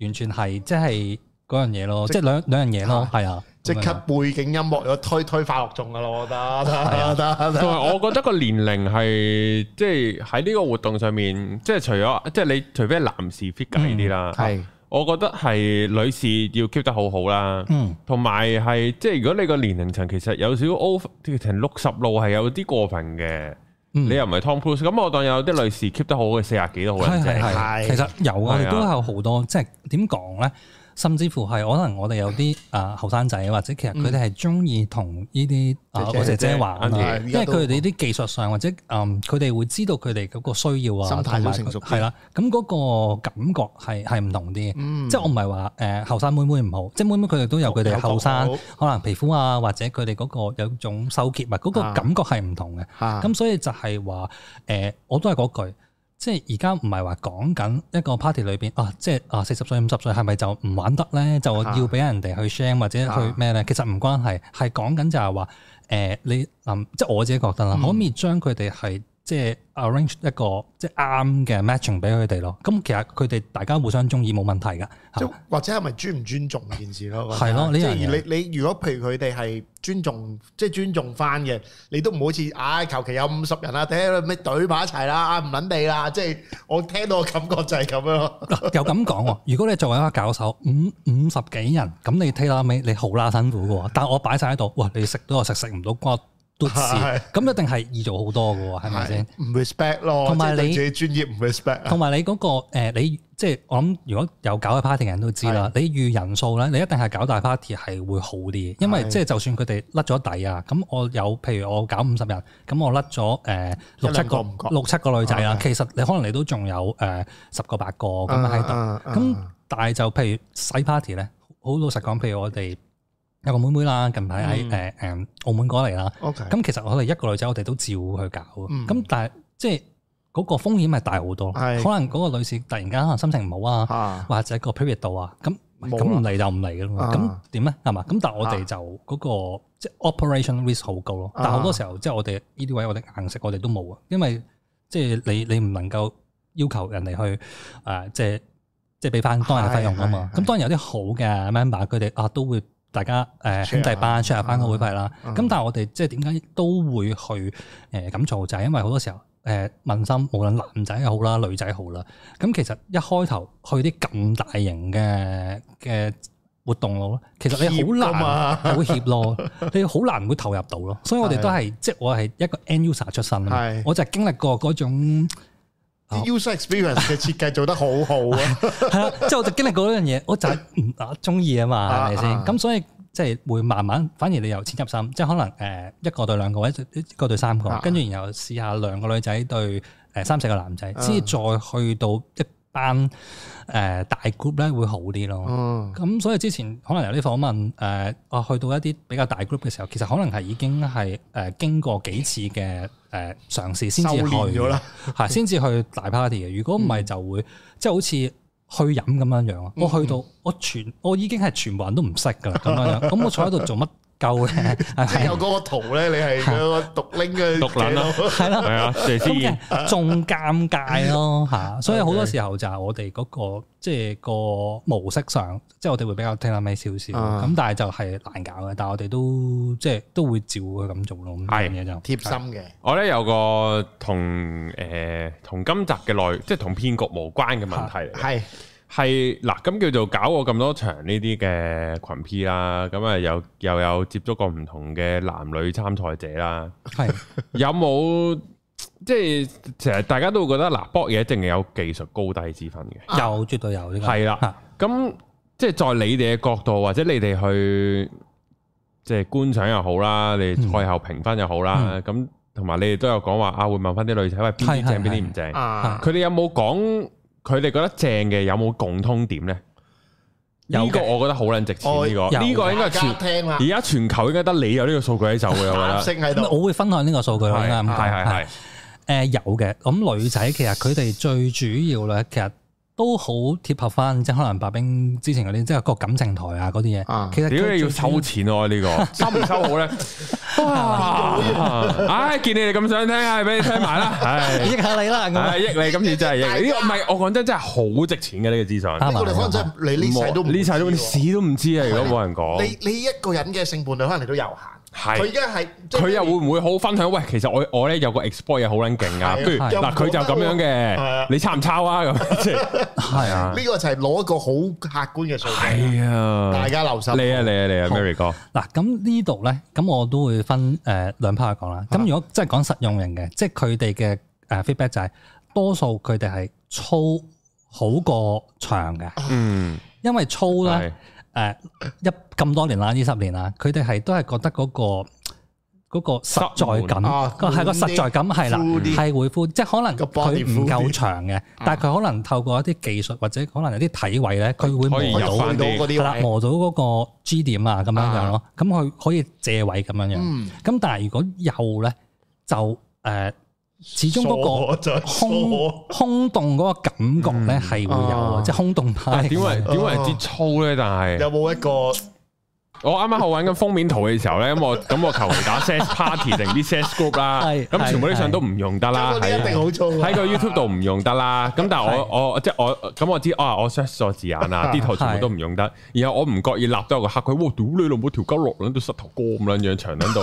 Speaker 3: 完全係即係嗰樣嘢咯，
Speaker 2: 即
Speaker 3: 即係兩兩樣嘢咯，係啊。
Speaker 2: 即刻背景音樂有推推快樂中噶咯，我覺得 得得
Speaker 1: 同
Speaker 2: 得，
Speaker 1: 埋我覺得個年齡係即係喺呢個活動上面，即係除咗即係你除非係男士 fit 計啲
Speaker 3: 嗯
Speaker 1: 啦，
Speaker 2: 係
Speaker 1: 我覺得係女士要 keep 得好好啦。
Speaker 3: 嗯，
Speaker 1: 同埋係即係如果你個年齡層其實有少少 over，其實六十路係有啲過分嘅。
Speaker 3: 嗯
Speaker 1: 你又唔係 Tom Cruise，咁我當有啲女士 keep 得好嘅四廿幾都好
Speaker 3: 係
Speaker 1: 撚
Speaker 3: 係
Speaker 1: 正。
Speaker 3: 係，
Speaker 2: 係
Speaker 3: 其實有我哋
Speaker 1: 係啊
Speaker 3: 都有好多，即係點講咧？甚至乎係可能我哋有啲啊後生仔，或者其實佢哋係中意同呢啲啊
Speaker 2: 嗯姐姐
Speaker 3: 我姐姐玩
Speaker 1: 姐姐
Speaker 3: 啊，
Speaker 2: 係
Speaker 3: 因為佢哋啲技術上或者嗯佢哋會知道佢哋嗰個需要啊，
Speaker 2: 心態
Speaker 3: 同埋
Speaker 2: 都成熟啲
Speaker 3: 係啦，咁嗰個感覺係係唔同啲嘅。
Speaker 2: 嗯
Speaker 3: 即係我唔係話誒後生妹妹唔好，即係妹妹佢哋都有佢哋
Speaker 2: 有
Speaker 3: 後生
Speaker 2: 有
Speaker 3: 可能皮膚啊，或者佢哋嗰個有種羞澀物，嗰、個
Speaker 2: 啊
Speaker 3: 感覺係唔同嘅。
Speaker 2: 嚇
Speaker 3: 咁所以就係話誒，我都係嗰句，即係而家唔係話講緊一個 party 裏邊啊，即係啊四十歲五十歲係咪就唔玩得咧？就要俾人哋去 share 或者去咩咧？其實唔關係，係講緊就係話誒，你諗即係我自己覺得啦，
Speaker 2: 嗯
Speaker 3: 可唔可以將佢哋係即係 arrange 一個即係啱嘅 matching 俾佢哋咯？咁其實佢哋大家互相中意冇問題㗎，
Speaker 2: 即
Speaker 3: 係
Speaker 2: 或者係咪尊唔尊重件事咯？
Speaker 3: 係咯呢
Speaker 2: 即
Speaker 3: 樣
Speaker 2: 係
Speaker 3: 嘢
Speaker 2: 你你如果譬如佢哋係尊重，即係尊重翻嘅，你都唔好似唉求其有五十人啦，睇咩隊埋一齊啦，啊唔撚地啦，即係我聽到嘅感覺就係咁樣咯。
Speaker 3: 嗱 又咁講喎，如果你作為一個教授，五五十幾人，咁你 t a y 尾你好啦辛苦嘅喎，但我擺晒喺度，哇！你食到我食，食唔到瓜都事，
Speaker 2: 係
Speaker 3: 咁一定係易做好多嘅喎，係咪先？
Speaker 2: 唔 respect 咯，
Speaker 3: 同
Speaker 2: 同
Speaker 3: 埋
Speaker 2: 埋
Speaker 3: 你
Speaker 2: 你自己專業唔 respect 啊
Speaker 3: 同埋你嗰、個、呃、你即係我諗，如果有搞嘅 party 嘅人都知啦，你預人數咧，你一定係搞大 party 係會好啲，因為
Speaker 2: 係
Speaker 3: 即係就算佢哋甩咗底啊，咁我有譬如我搞五十人，咁我甩咗誒六
Speaker 2: 一
Speaker 3: 七
Speaker 2: 兩個
Speaker 3: 個
Speaker 2: 唔覺
Speaker 3: 六七個女仔啦，
Speaker 2: 係
Speaker 3: 其實你可能你都仲有誒十個八個咁樣喺度。
Speaker 2: 啊啊啊
Speaker 3: 咁但係就譬如細 party 咧，好老實講，譬如我哋有個妹妹啦，近排喺
Speaker 2: 嗯
Speaker 3: 誒誒澳門過嚟啦。
Speaker 2: ，OK，
Speaker 3: 咁其實我哋一個女仔，我哋都照去搞嘅。
Speaker 2: 嗯
Speaker 3: 咁、但係即係嗰個風險係大好多，可
Speaker 2: 係
Speaker 3: 能嗰個女士突然間可能心情唔好啊，
Speaker 2: 啊，
Speaker 3: 或者個 period 度啊，咁
Speaker 2: 冇啦
Speaker 3: 咁唔嚟就唔嚟嘅啦嘛。
Speaker 2: 啊
Speaker 3: 咁點咧係嘛？咁但係我
Speaker 2: 啊
Speaker 3: 哋就嗰、個即係 operation risk 好高咯。
Speaker 2: 啊
Speaker 3: 但係好多時候即係我哋呢啲位我哋硬食我哋都冇啊，因為即係你你唔能夠要求人哋去誒、呃即係即係俾翻當日嘅費用啊嘛。
Speaker 2: 係係係
Speaker 3: 咁當然有啲好嘅 member 佢哋啊都會大家誒、
Speaker 2: Share
Speaker 3: 呃兄弟班 share 翻個會費啦。
Speaker 2: 啊
Speaker 3: 咁、但係我哋即係點解都會去誒咁做，就係、因為好多時候。誒問心，無論男仔又好啦，女仔好啦，咁其實一開頭去啲咁大型嘅嘅活動咯，其實你好
Speaker 2: 怯㗎嘛
Speaker 3: 難好怯咯， 你好難會投入到咯。所以我哋都係即係我係一個 end user 出身啊嘛
Speaker 2: 係，
Speaker 3: 我就係經歷過嗰種
Speaker 2: 啲 user experience 嘅設計做得好好啊，
Speaker 3: 係啦，即係我就經歷過嗰樣嘢，我就係唔啊中意啊嘛，係咪先
Speaker 2: 啊啊？
Speaker 3: 咁所以即係會慢慢，反而你由淺入深，即係可能誒一個對兩個，或者一個對三個
Speaker 2: 啊，
Speaker 3: 跟住然後試下兩個女仔對誒三四個男仔，
Speaker 2: 啊
Speaker 3: 先至再去到一班誒大 group 咧會好啲咯。
Speaker 2: 嗯，
Speaker 3: 咁所以之前可能有啲訪問誒，呃啊、去到一啲比較大 group 嘅時候，其實可能係已經係誒、呃、經過幾次嘅誒、呃、嘗試先
Speaker 2: 收
Speaker 3: 至去
Speaker 2: 斂咗啦，
Speaker 3: 係先至去大 party 嘅。如果唔係就會、即係好似去飲咁樣樣啊！
Speaker 2: 嗯
Speaker 3: 我去到我全我已經係全部人都唔識㗎啦咁樣樣，咁我坐喺度做乜鳩 咧？
Speaker 2: 即係
Speaker 3: 係
Speaker 2: 有嗰個圖咧，你係嗰個獨拎嘅
Speaker 1: 獨撚啊
Speaker 2: 企
Speaker 3: 係啦。
Speaker 1: 係啊，謝思
Speaker 3: 咁
Speaker 1: 燕
Speaker 3: 嘅仲尷尬 咯嚇，所以好多時候就係我哋嗰、個即係個模式上，即係我哋會比較聽得尾少少，咁、
Speaker 2: 啊
Speaker 3: 但係就係難搞嘅，但係我哋都即係都會照佢咁做咯，咁
Speaker 1: 係
Speaker 3: 樣嘢就
Speaker 2: 度，貼心嘅，
Speaker 1: 我咧有個同誒同今集嘅內，即係同騙局無關嘅問題嚟嘅。
Speaker 2: 係
Speaker 1: 係嗱，咁叫做搞過咁多場呢啲嘅群 P 啦，咁啊又又有接觸過唔同嘅男女參賽者 啦，
Speaker 3: 係
Speaker 1: 有冇即係成日大家都會覺得嗱，搏嘢一定係有技術高低之分嘅，
Speaker 3: 有絕對有呢個
Speaker 1: 啊係啦
Speaker 3: 嚇。
Speaker 1: 咁即係在你哋嘅角度，或者你哋去即係觀賞又好啦，你
Speaker 3: 嗯
Speaker 1: 賽後評分又好啦，咁同埋你哋都有講話啊，會問翻啲女仔喂邊
Speaker 3: 係
Speaker 1: 啲
Speaker 3: 嗯係
Speaker 1: 正邊啲唔
Speaker 3: 係
Speaker 1: 正，
Speaker 2: 啊，
Speaker 1: 佢哋有冇講佢哋覺得正嘅有冇共通點呢？
Speaker 3: 有嘅
Speaker 1: 呢個我覺得好撚值錢
Speaker 2: 哦
Speaker 1: 呢個，呢
Speaker 3: 有
Speaker 1: 個應該
Speaker 2: 大
Speaker 1: 係
Speaker 2: 家
Speaker 1: 全
Speaker 2: 聽啦
Speaker 1: 而，家全球應該得你有呢個數據喺手嘅，我
Speaker 2: 藍
Speaker 1: 覺得
Speaker 2: 色喺
Speaker 3: 咁
Speaker 2: 度，
Speaker 3: 我會分享呢個數據咯，應該
Speaker 1: 係
Speaker 3: 咁講
Speaker 1: 係
Speaker 3: 係
Speaker 1: 係
Speaker 3: 誒有嘅，咁女仔其實佢哋最主要咧，其實都好貼合翻，即係可能白冰之前嗰啲，即係個感情台啊嗰啲嘢。
Speaker 2: 啊
Speaker 3: 其實
Speaker 1: 係，屌
Speaker 3: 佢
Speaker 1: 你要
Speaker 3: 最主
Speaker 1: 收錢喎呢個，收唔收好咧？哇！唉，見你哋咁想聽，唉，俾你聽埋啦，唉。
Speaker 3: 益下你啦，咁啊
Speaker 1: 唉，益你今次真係益你，呢個唔係我講真真係好值錢嘅呢個資
Speaker 3: 啱
Speaker 1: 訊，
Speaker 2: 呢個你可能真係你呢世都唔會
Speaker 1: 呢世都
Speaker 2: 知
Speaker 1: 你
Speaker 2: 喎
Speaker 1: 屎都唔知啊！如果冇人講，
Speaker 2: 你你一個人嘅性伴侶可能你都有限，佢而
Speaker 1: 係
Speaker 2: 家係
Speaker 1: 佢又會唔會好分享？喂，其實我我咧有個 exploit 嘢好撚勁啊，
Speaker 2: 係啊
Speaker 1: 跟住
Speaker 3: 係
Speaker 1: 嗱佢就咁樣
Speaker 2: 係
Speaker 1: 嘅
Speaker 2: 啊，
Speaker 1: 你抄唔抄啊？咁 即係
Speaker 3: 係啊。
Speaker 2: 呢個就係攞一個好客觀嘅數據，
Speaker 1: 係啊，
Speaker 2: 大家留心。
Speaker 1: 你啊你啊你啊
Speaker 3: 好
Speaker 1: ，Mary 哥，
Speaker 3: 嗱，咁呢度咧，咁我都會分誒、呃、兩 part 去講啦。咁如果即係講實用型嘅，即係佢哋嘅誒 feedback 就係、多數佢哋係粗好過長嘅，
Speaker 1: 嗯，
Speaker 3: 因為粗咧誒
Speaker 1: 係、
Speaker 3: 一咁多年啦，呢十年啦，佢哋係都係覺得嗰、個。嗰個實在感，
Speaker 2: 濕啊
Speaker 3: 個係個實在感係啦，
Speaker 2: 敷啲
Speaker 3: 係會敷，即係可能
Speaker 2: 個 body
Speaker 3: 佢唔
Speaker 2: 敷
Speaker 3: 夠
Speaker 2: 啲
Speaker 3: 長嘅，但係佢可能透過一啲技術或者可能有啲體位咧，佢會
Speaker 1: 可以
Speaker 3: 磨
Speaker 2: 我
Speaker 1: 入
Speaker 3: 到
Speaker 1: 返
Speaker 2: 用到嗰
Speaker 3: 係啦，
Speaker 2: 啲位，
Speaker 3: 磨到嗰個 G 點啊，咁樣樣咯，咁佢可以借位咁樣樣。咁、
Speaker 2: 嗯，
Speaker 3: 但係如果右咧，就誒、呃始終嗰個
Speaker 2: 個
Speaker 3: 空空洞嗰個感覺咧係會有啊，
Speaker 2: 啊
Speaker 3: 即係空洞派。
Speaker 1: 但點為
Speaker 2: 哦
Speaker 1: 點為之粗咧？但係
Speaker 2: 有冇一個
Speaker 1: 我啱啱好揾緊封面圖嘅時候咧，咁我咁我求其打 sex party 定啲 sex group 啦，
Speaker 3: 係
Speaker 1: 咁全部啲
Speaker 3: 係
Speaker 1: 相都唔用得啦，啊
Speaker 2: 嗰啲一定好粗
Speaker 1: 喺個 YouTube 度唔用得啦，咁但係我我即係我咁我知啊，我 search 咗字眼啊，啲圖全部都唔用得，然後我唔覺意立咗有個黑佢，哇！屌你老母條鳩落撚到膝頭哥咁撚樣長撚度，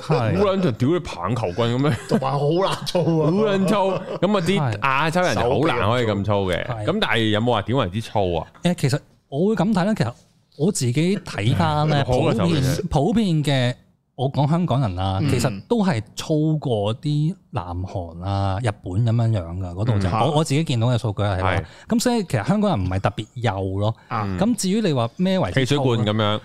Speaker 1: 好
Speaker 3: 係
Speaker 1: 撚就屌你棒球棍咁樣，
Speaker 2: 同埋好難做
Speaker 1: 好
Speaker 2: 啊，
Speaker 1: 撚粗，咁啊啲
Speaker 3: 係
Speaker 1: 亞洲人就好難可以咁粗嘅，
Speaker 3: 係
Speaker 1: 咁但係有冇話點為之粗啊？
Speaker 3: 誒，其實我會咁睇咧，其實我自己睇翻咧，
Speaker 1: 好
Speaker 3: 普
Speaker 1: 嘅手
Speaker 3: 遍
Speaker 1: 嚟
Speaker 3: 普遍嘅。我講香港人啦，
Speaker 2: 嗯
Speaker 3: 其實都係粗過啲南韓啊、日本咁樣樣噶，嗰度就
Speaker 2: 嗯
Speaker 3: 我我自己見到嘅數據係啦
Speaker 1: 係。
Speaker 3: 咁所以其實香港人唔係特別幼咯，
Speaker 2: 啊，
Speaker 3: 咁至於你話咩為之
Speaker 1: 嗯汽水罐咁樣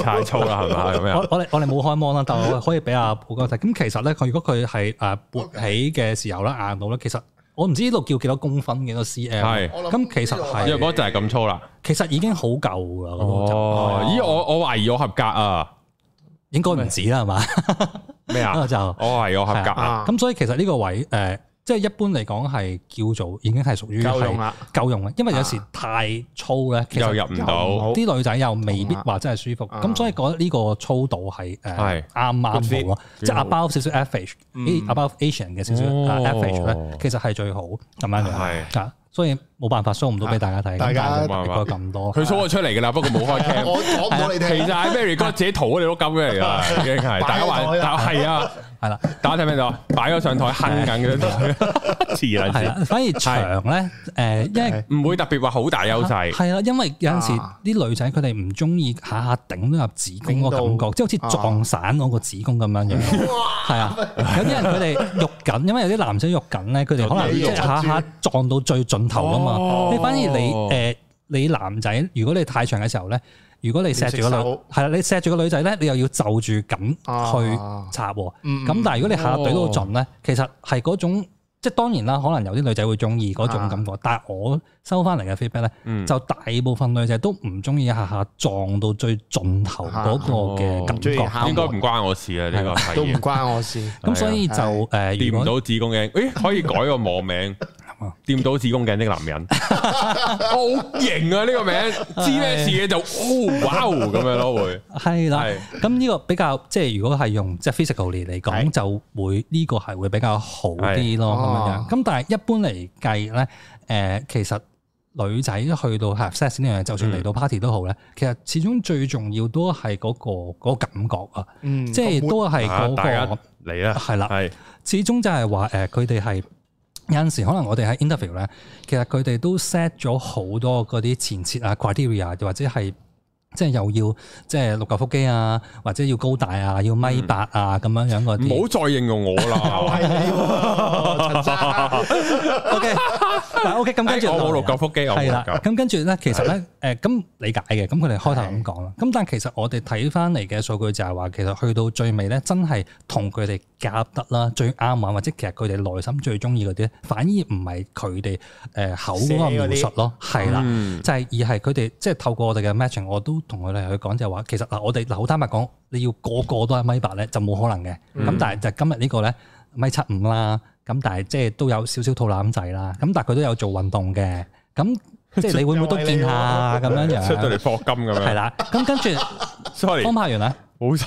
Speaker 1: 太粗啦係嘛咁樣
Speaker 3: 我，我哋我哋冇開芒啦，但呃係我可以俾阿寶哥睇。咁其實咧，佢如果佢係誒勃起嘅時候咧，硬到咧，其實我唔知呢度叫幾多公分幾多 cm，啊
Speaker 1: 係
Speaker 2: 我諗
Speaker 3: 咁其實
Speaker 2: 呢度
Speaker 3: 係
Speaker 2: 係
Speaker 1: 因為嗰就係咁粗啦。
Speaker 3: 其實已經好舊㗎啦，嗰個就
Speaker 1: 哦，咦，我我懷疑我合格啊！
Speaker 3: 應該唔止啦，係嘛？
Speaker 1: 咩
Speaker 3: 嗰 個
Speaker 1: 啊？
Speaker 3: 就
Speaker 1: 我懷疑我合格啊！
Speaker 2: 啊，
Speaker 3: 咁所以其實呢個位誒、呃即係一般嚟講係叫做已經係屬於係
Speaker 2: 夠用啦，
Speaker 3: 夠用啦，因為有時
Speaker 2: 啊
Speaker 3: 太粗咧，其
Speaker 1: 又
Speaker 3: 實
Speaker 1: 入唔到，
Speaker 2: 好
Speaker 3: 啲女仔又未必話真係舒服，
Speaker 2: 啊
Speaker 3: 咁所以覺得呢個粗度係
Speaker 1: 係
Speaker 3: 誒啱啱好咯，啊即係 above 少少 average，above Asian 嘅少少
Speaker 1: 嗯哦
Speaker 3: 啊 average 咧，其實係最好咁樣嘅，
Speaker 1: 係
Speaker 3: 係所以冇辦法 show 唔到俾大家睇，
Speaker 2: 大家
Speaker 3: 咁但係
Speaker 1: 冇
Speaker 3: 大
Speaker 1: 辦
Speaker 3: 概咁多，
Speaker 1: 佢 show 咗出嚟噶啦，不過冇開 cam。
Speaker 2: 我講唔到你
Speaker 1: 其實
Speaker 2: 哋，
Speaker 1: 係 Mary 哥自己塗咗你碌金嘅嚟噶，已經係大家
Speaker 2: 擺喺
Speaker 1: 話，
Speaker 2: 台
Speaker 1: 但係啊，
Speaker 3: 係啦，
Speaker 1: 大家聽唔聽到啊？擺咗上台，哼緊嘅台，黐撚
Speaker 3: 係
Speaker 1: 線，
Speaker 3: 啦，反而長咧誒，因為。
Speaker 1: 啊唔會特別話好大優勢。
Speaker 3: 啊係啦，因為有陣時
Speaker 2: 啊
Speaker 3: 啲女仔佢哋唔中意下下頂到入子宮嗰個感
Speaker 2: 頂
Speaker 3: 覺，即係
Speaker 2: 啊
Speaker 3: 好似撞散我個子宮咁樣樣。係啊，有啲人佢哋肉緊，因為有啲男仔肉緊咧，佢哋可能
Speaker 1: 就
Speaker 3: 即係下下撞到最盡頭噶
Speaker 1: 哦
Speaker 3: 嘛。你反而你誒你男仔，如果你太長嘅時候咧，如果你錫住
Speaker 2: 你要
Speaker 3: 個
Speaker 2: 食
Speaker 3: 女
Speaker 2: 手
Speaker 3: 係啦，你錫住個女仔咧，你又要就住咁
Speaker 2: Ờ.
Speaker 3: 去
Speaker 2: 啊
Speaker 3: 插喎。
Speaker 2: 嗯哦
Speaker 3: 咁但係如果你下下懟到盡咧，其實係嗰種即係當然啦，可能有啲女仔會中意嗰
Speaker 2: 啊
Speaker 3: 種感覺，但係我收翻嚟嘅 feedback 咧，
Speaker 1: 嗯
Speaker 3: 就大部分女仔都唔中意下下撞到最盡頭嗰個嘅感
Speaker 2: 唔中哦意
Speaker 3: 覺。
Speaker 2: 敲
Speaker 1: 應該唔關我事啊，呢個
Speaker 2: 都唔
Speaker 1: 係
Speaker 2: 關我事，
Speaker 3: 咁所以就
Speaker 2: 係啊
Speaker 3: 誒，
Speaker 1: 掂
Speaker 3: 如
Speaker 1: 唔
Speaker 3: 果
Speaker 1: 到子宮頸，誒可以改個網名
Speaker 3: 啊，
Speaker 1: 掂到子宮頸的男 人，我好型啊！呢個名知咩事嘅就哦哇哦咁樣咯，會
Speaker 3: 係啦
Speaker 1: 係，
Speaker 3: 咁呢個比較即係如果係用即係 physically
Speaker 2: 係
Speaker 3: 嚟講，就會呢個係會比較好
Speaker 2: 哦
Speaker 3: 啲咯咁樣樣。咁但係一般嚟計咧，誒、其實女仔去到 have sex 呢樣嘢，就算嚟到 party 都好咧，其實始終最重要都係嗰、個嗰個感覺啊，
Speaker 2: 嗯，
Speaker 3: 即係都係
Speaker 1: 啊
Speaker 3: 嗰、
Speaker 1: 大家
Speaker 3: 個。
Speaker 1: 嚟啦，
Speaker 3: 係啦
Speaker 1: 係
Speaker 3: 始終就係話誒，佢哋係有陣時可能我哋喺 interview 咧，其實佢哋都 set 咗好多嗰啲前設啊 criteria，又或者係即係又要即係六嚿腹肌啊，或者要高大啊，要米八啊咁樣樣嗰
Speaker 1: 唔
Speaker 3: 啲。
Speaker 1: 好再應用我
Speaker 2: 又
Speaker 1: 啦。
Speaker 2: 係你喎陳生
Speaker 3: O K，嗱 O K，咁跟住啊
Speaker 1: 哎我冇六嚿腹肌，我冇
Speaker 3: 係
Speaker 1: 六
Speaker 3: 啦，
Speaker 1: 嚿。
Speaker 3: 咁跟住咧，其實咧，誒咁理解嘅，咁佢哋開頭咁講啦。咁但係其實我哋睇翻嚟嘅數據就係話，其實去到最尾咧，真係同佢哋夾得啦，最啱玩，或者其實佢哋內心最中意嗰啲咧，反而唔係佢哋誒口嗰個描述咯，係啦。
Speaker 1: 嗯
Speaker 3: 就係而係佢哋即係透過我哋嘅 matching，我都同佢哋去講就係話，其實嗱，我哋嗱好坦白講，你要個個都係米八咧，就冇可能嘅。咁、
Speaker 1: 嗯
Speaker 3: 但係就今日呢個咧米七五啦，咁但係即係都有少少肚腩仔啦，咁但係佢都有做運動嘅，咁即係你會唔會都見下咁樣
Speaker 1: 嗯 出到
Speaker 3: 樣？
Speaker 1: 嚟霍金咁
Speaker 3: 係
Speaker 1: 樣
Speaker 3: 啦，咁 跟住
Speaker 1: ，sorry，
Speaker 3: 方柏源咧，
Speaker 1: 冇心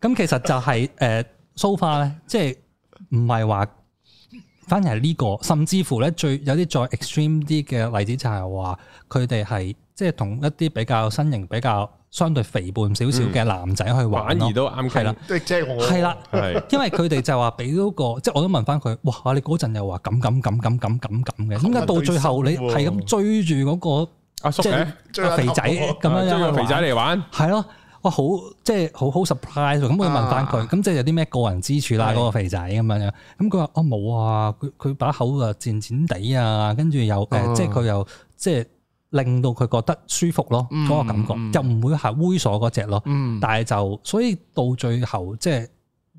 Speaker 3: 咁其實就係誒 so far 咧，即係唔係話。反而係呢、個，甚至乎咧最有啲再 extreme 啲嘅例子就係話，佢哋係即係同一啲比較身形比較相對肥胖少少嘅男仔去
Speaker 1: 反
Speaker 3: 玩咯
Speaker 1: 而，都啱
Speaker 3: 係
Speaker 1: 傾
Speaker 3: 啦，
Speaker 2: 即即係我
Speaker 3: 係啦，
Speaker 1: 係
Speaker 3: 因為佢哋就話俾到個，即係我都問翻佢，哇！你嗰陣又話咁咁咁咁咁咁咁嘅，點解到最後你係咁追住嗰
Speaker 1: 阿叔
Speaker 3: 即係
Speaker 1: 嘅
Speaker 2: 追
Speaker 3: 個
Speaker 2: 阿
Speaker 3: 肥
Speaker 2: 頭
Speaker 3: 仔咁
Speaker 1: 咁
Speaker 3: 樣樣
Speaker 1: 樣肥
Speaker 3: 去玩
Speaker 1: 仔嚟玩，
Speaker 3: 係咯，哇好即係好好 surprise 喎咁佢問翻佢，
Speaker 2: 啊
Speaker 3: 咁即係有啲咩個人之處啦？
Speaker 2: 係
Speaker 3: 嗰個肥仔咁樣樣，咁佢話哦冇啊，佢佢把口啊賤賤地啊，跟住又
Speaker 2: 啊
Speaker 3: 誒，即係佢又即係令到佢覺得舒服咯，
Speaker 2: 嗯
Speaker 3: 嗰個感覺
Speaker 2: 嗯
Speaker 3: 又唔會係猥瑣嗰只咯，
Speaker 2: 嗯，
Speaker 3: 但係就所以到最後即係。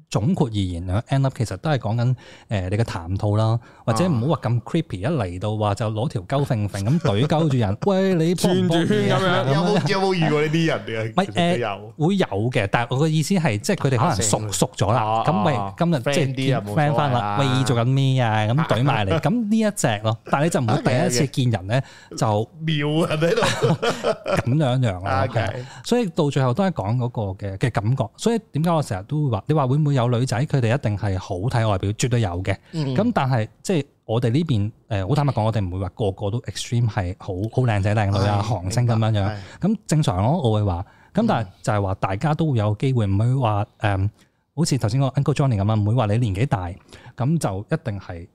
Speaker 3: 總括而言兩 end up 其實都係講緊誒你嘅談吐啦，或
Speaker 2: 啊
Speaker 3: 者唔好話咁 creepy，一嚟到話就攞條鳩揈揈咁懟鳩住 人，喂你幫唔幫
Speaker 1: 轉住圈
Speaker 3: 嘢啊
Speaker 1: 咁樣
Speaker 2: 有冇有冇遇過呢啲人嘅？
Speaker 3: 唔係
Speaker 2: 其實都
Speaker 3: 誒
Speaker 2: 有。
Speaker 3: 會有嘅，但係我嘅意思係，即係佢哋可能熟
Speaker 2: 啊
Speaker 3: 熟咗啦
Speaker 2: 啊。
Speaker 3: 咁喂
Speaker 2: 啊，
Speaker 3: 今
Speaker 2: friend
Speaker 3: 日
Speaker 2: 啲
Speaker 3: 即係
Speaker 2: 啊冇
Speaker 3: 見
Speaker 2: 所
Speaker 3: friend 翻
Speaker 2: 謂
Speaker 3: 啦
Speaker 2: 啦。
Speaker 3: 喂，做緊咩啊？咁懟埋嚟，咁呢一 隻咯。但係你就唔好第一次
Speaker 2: OK，OK
Speaker 3: 見人咧就
Speaker 2: 妙人喺度。
Speaker 3: 咁樣樣啦。係啊
Speaker 2: OK，
Speaker 3: 所以到最後都係講嗰個嘅嘅感覺。所以點解我成日都會話，你話會唔會有女仔佢哋一定係好睇外表，絕對有嘅。
Speaker 2: 嗯
Speaker 3: 咁但係即係我哋呢邊誒，好坦白講，我哋唔會話個個都 extreme 係好好靚仔靚女啊、
Speaker 2: 係
Speaker 3: 韓星咁樣
Speaker 2: 明
Speaker 3: 樣
Speaker 2: 白。
Speaker 3: 咁正常咯，我會話。咁但係就係話大家都會有機會，唔會話誒、嗯好似頭先個 Uncle Johnny 咁啊，唔會話你年紀大咁就一定係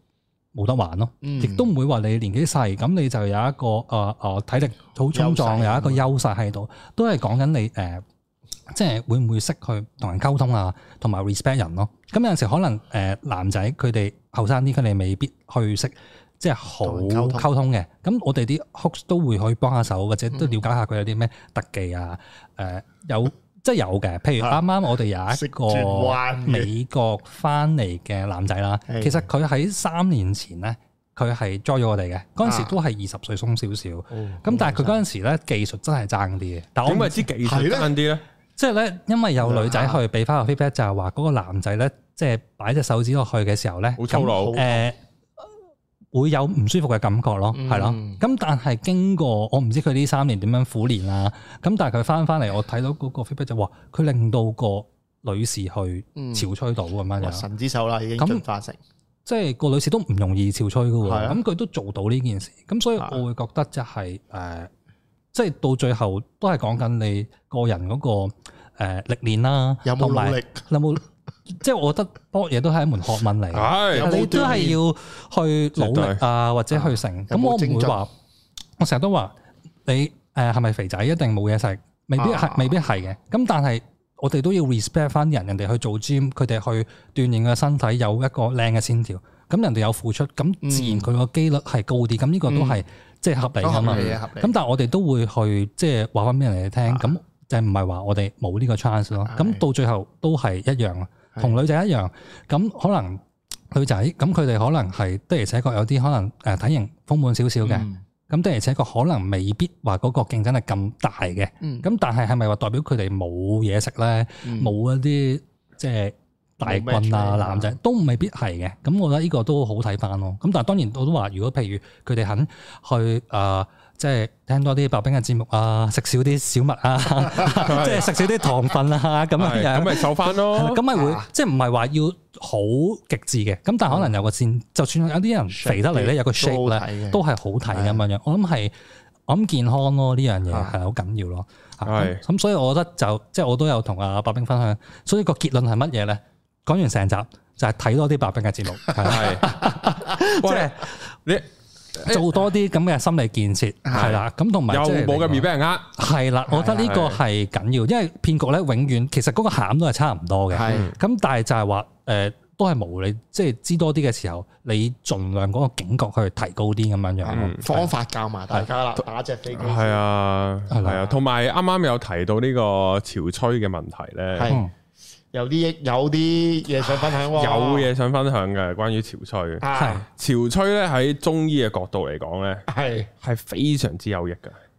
Speaker 3: 冇得玩咯，
Speaker 2: 嗯
Speaker 3: 亦都唔會話你年紀細咁你就有一個誒誒、呃體力好衝撞，
Speaker 2: 優勢嗯
Speaker 3: 有一個優勢喺度，都係講緊你誒。呃即係會唔會識去同人溝通啊，同埋 respect 人咯。咁有陣時可能誒、呃男仔佢哋後生啲，佢哋未必去識即係好
Speaker 2: 同人溝通嗯
Speaker 3: 溝通嘅。咁我哋啲 hook 都會去幫下手，或者都了解下佢有啲咩特技啊。誒、有即係有嘅，譬如啱啱我哋有
Speaker 2: 識
Speaker 3: 一
Speaker 2: 轉彎
Speaker 3: 個
Speaker 2: 嘅
Speaker 3: 美國翻嚟嘅男仔啦，
Speaker 2: 係
Speaker 3: 其實佢喺三年前咧佢係 join 咗我哋嘅，嗰陣時
Speaker 2: 啊
Speaker 3: 都係二十歲鬆少少，咁
Speaker 2: 咁
Speaker 3: 但係佢嗰陣時咧技術真係爭啲嘅，但我
Speaker 1: 點
Speaker 3: 唔
Speaker 1: 為之技
Speaker 2: 係
Speaker 1: 術
Speaker 2: 咧
Speaker 1: 爭啲咧？
Speaker 3: 即係咧，因為有女仔去俾翻個 feedback 就係話嗰個男仔咧，即係擺隻手指落去嘅時候咧，
Speaker 1: 好粗魯
Speaker 3: 咁誒會有唔舒服嘅感覺咯，
Speaker 2: 嗯
Speaker 3: 係咯。咁但係經過我唔知佢呢三年點樣苦練啦，咁但係佢翻翻嚟，我睇到嗰個 feedback 就話佢令到個女士去
Speaker 2: 嗯
Speaker 3: 潮吹到咁樣
Speaker 2: 哇
Speaker 3: 樣，
Speaker 2: 神之手啦，已經
Speaker 3: 咁
Speaker 2: 進化成
Speaker 3: 即係個女士都唔容易潮吹嘅
Speaker 2: 係
Speaker 3: 喎。
Speaker 2: 啊
Speaker 3: 咁佢都做到呢件事，咁所以
Speaker 2: 係啊
Speaker 3: 我會覺得就係誒，即係到最後都係講緊你個人嗰個。誒歷練啦，
Speaker 2: 有冇
Speaker 3: 同埋
Speaker 2: 努力？
Speaker 3: 有冇？即係我覺得搏嘢都係一門學問嚟嘅，
Speaker 2: 有
Speaker 1: 係
Speaker 2: 冇
Speaker 3: 你都係要去努力
Speaker 1: 絕
Speaker 3: 啊，或者去成。
Speaker 2: 有
Speaker 3: 咁
Speaker 2: 冇
Speaker 3: 我唔
Speaker 2: 精
Speaker 3: 會
Speaker 2: 進
Speaker 3: 話，我成日都話你呃誒係咪肥仔一定冇嘢食？未必係
Speaker 2: 啊，
Speaker 3: 未必係嘅。咁但係我哋都要 respect 翻人，人哋去做 gym，佢哋去鍛鍊個身體有一個靚嘅線條。咁人哋有付出，咁
Speaker 2: 嗯
Speaker 3: 自然佢個機率係高啲。咁呢個都係即係合理㗎嘛
Speaker 2: 合。理嘅合理
Speaker 3: 咁但係我哋都會去即係話翻俾人哋聽，咁就唔係話我哋冇呢個 chance 咯。咁
Speaker 2: 啊係
Speaker 3: 到最後都係一樣啦，
Speaker 2: 係
Speaker 3: 同女仔一樣。咁可能女仔咁佢哋可能係的而且確有啲可能誒體型豐滿少少嘅，
Speaker 2: 嗯
Speaker 3: 咁的而且確可能未必話嗰個競爭力咁大嘅。
Speaker 2: 嗯
Speaker 3: 咁但係係咪話代表佢哋冇嘢食咧？
Speaker 2: 嗯
Speaker 3: 冇一啲即係大
Speaker 2: 冇咩
Speaker 3: 棍
Speaker 2: 出
Speaker 3: 啊
Speaker 2: 嚟
Speaker 3: 男仔都未必係嘅。咁我覺得呢個都好睇翻咯。咁但係當然我都話，如果譬如佢哋肯去誒、呃即係聽多啲白冰嘅節目啊，食少啲小麥啊，即係食少啲糖分啊，咁樣
Speaker 1: 係咁
Speaker 3: 樣。
Speaker 1: 咪瘦翻
Speaker 3: 係啦
Speaker 1: 咯
Speaker 3: 咁。咪會
Speaker 2: 啊
Speaker 3: 即係唔係話要好極致嘅，咁但係可能有個線，就算有啲人肥得嚟咧，有個 shape 咧，
Speaker 2: 咧
Speaker 3: 都係好睇咁樣樣。我諗係我諗健康咯，呢樣嘢係好緊要咯。嚇
Speaker 1: 係
Speaker 3: 咁咁，所以我覺得就即係我都有同阿白冰分享。所以個結論係乜嘢咧？講完成集就係睇多啲白冰嘅節目，係啦
Speaker 1: 係，
Speaker 3: 即
Speaker 1: 喂
Speaker 3: 係
Speaker 1: 你
Speaker 3: 做多啲咁嘅心理建設，係啦。咁同埋
Speaker 1: 又
Speaker 3: 即係
Speaker 1: 冇咁易俾
Speaker 3: 另外
Speaker 1: 人呃，
Speaker 3: 係啦，我覺得呢個係緊要，因為騙局咧永遠其實嗰個餡都係差唔多嘅。
Speaker 2: 係
Speaker 3: 咁但係就係話誒，都係無理，即係知多啲嘅時候，你盡量嗰個警覺去提高啲咁樣樣咯
Speaker 1: 嗯。
Speaker 2: 方法教埋大家啦，打隻飛機
Speaker 1: 係啊，
Speaker 3: 係啦
Speaker 1: 係啊，同埋啱啱有提到呢個潮吹嘅問題咧，
Speaker 2: 係有啲有啲嘢想分享喎，
Speaker 1: 有嘢想分享嘅，關於潮吹。
Speaker 3: 係
Speaker 2: 啊
Speaker 1: 潮吹咧喺中醫嘅角度嚟講咧，
Speaker 2: 係
Speaker 1: 係非常之有益嘅。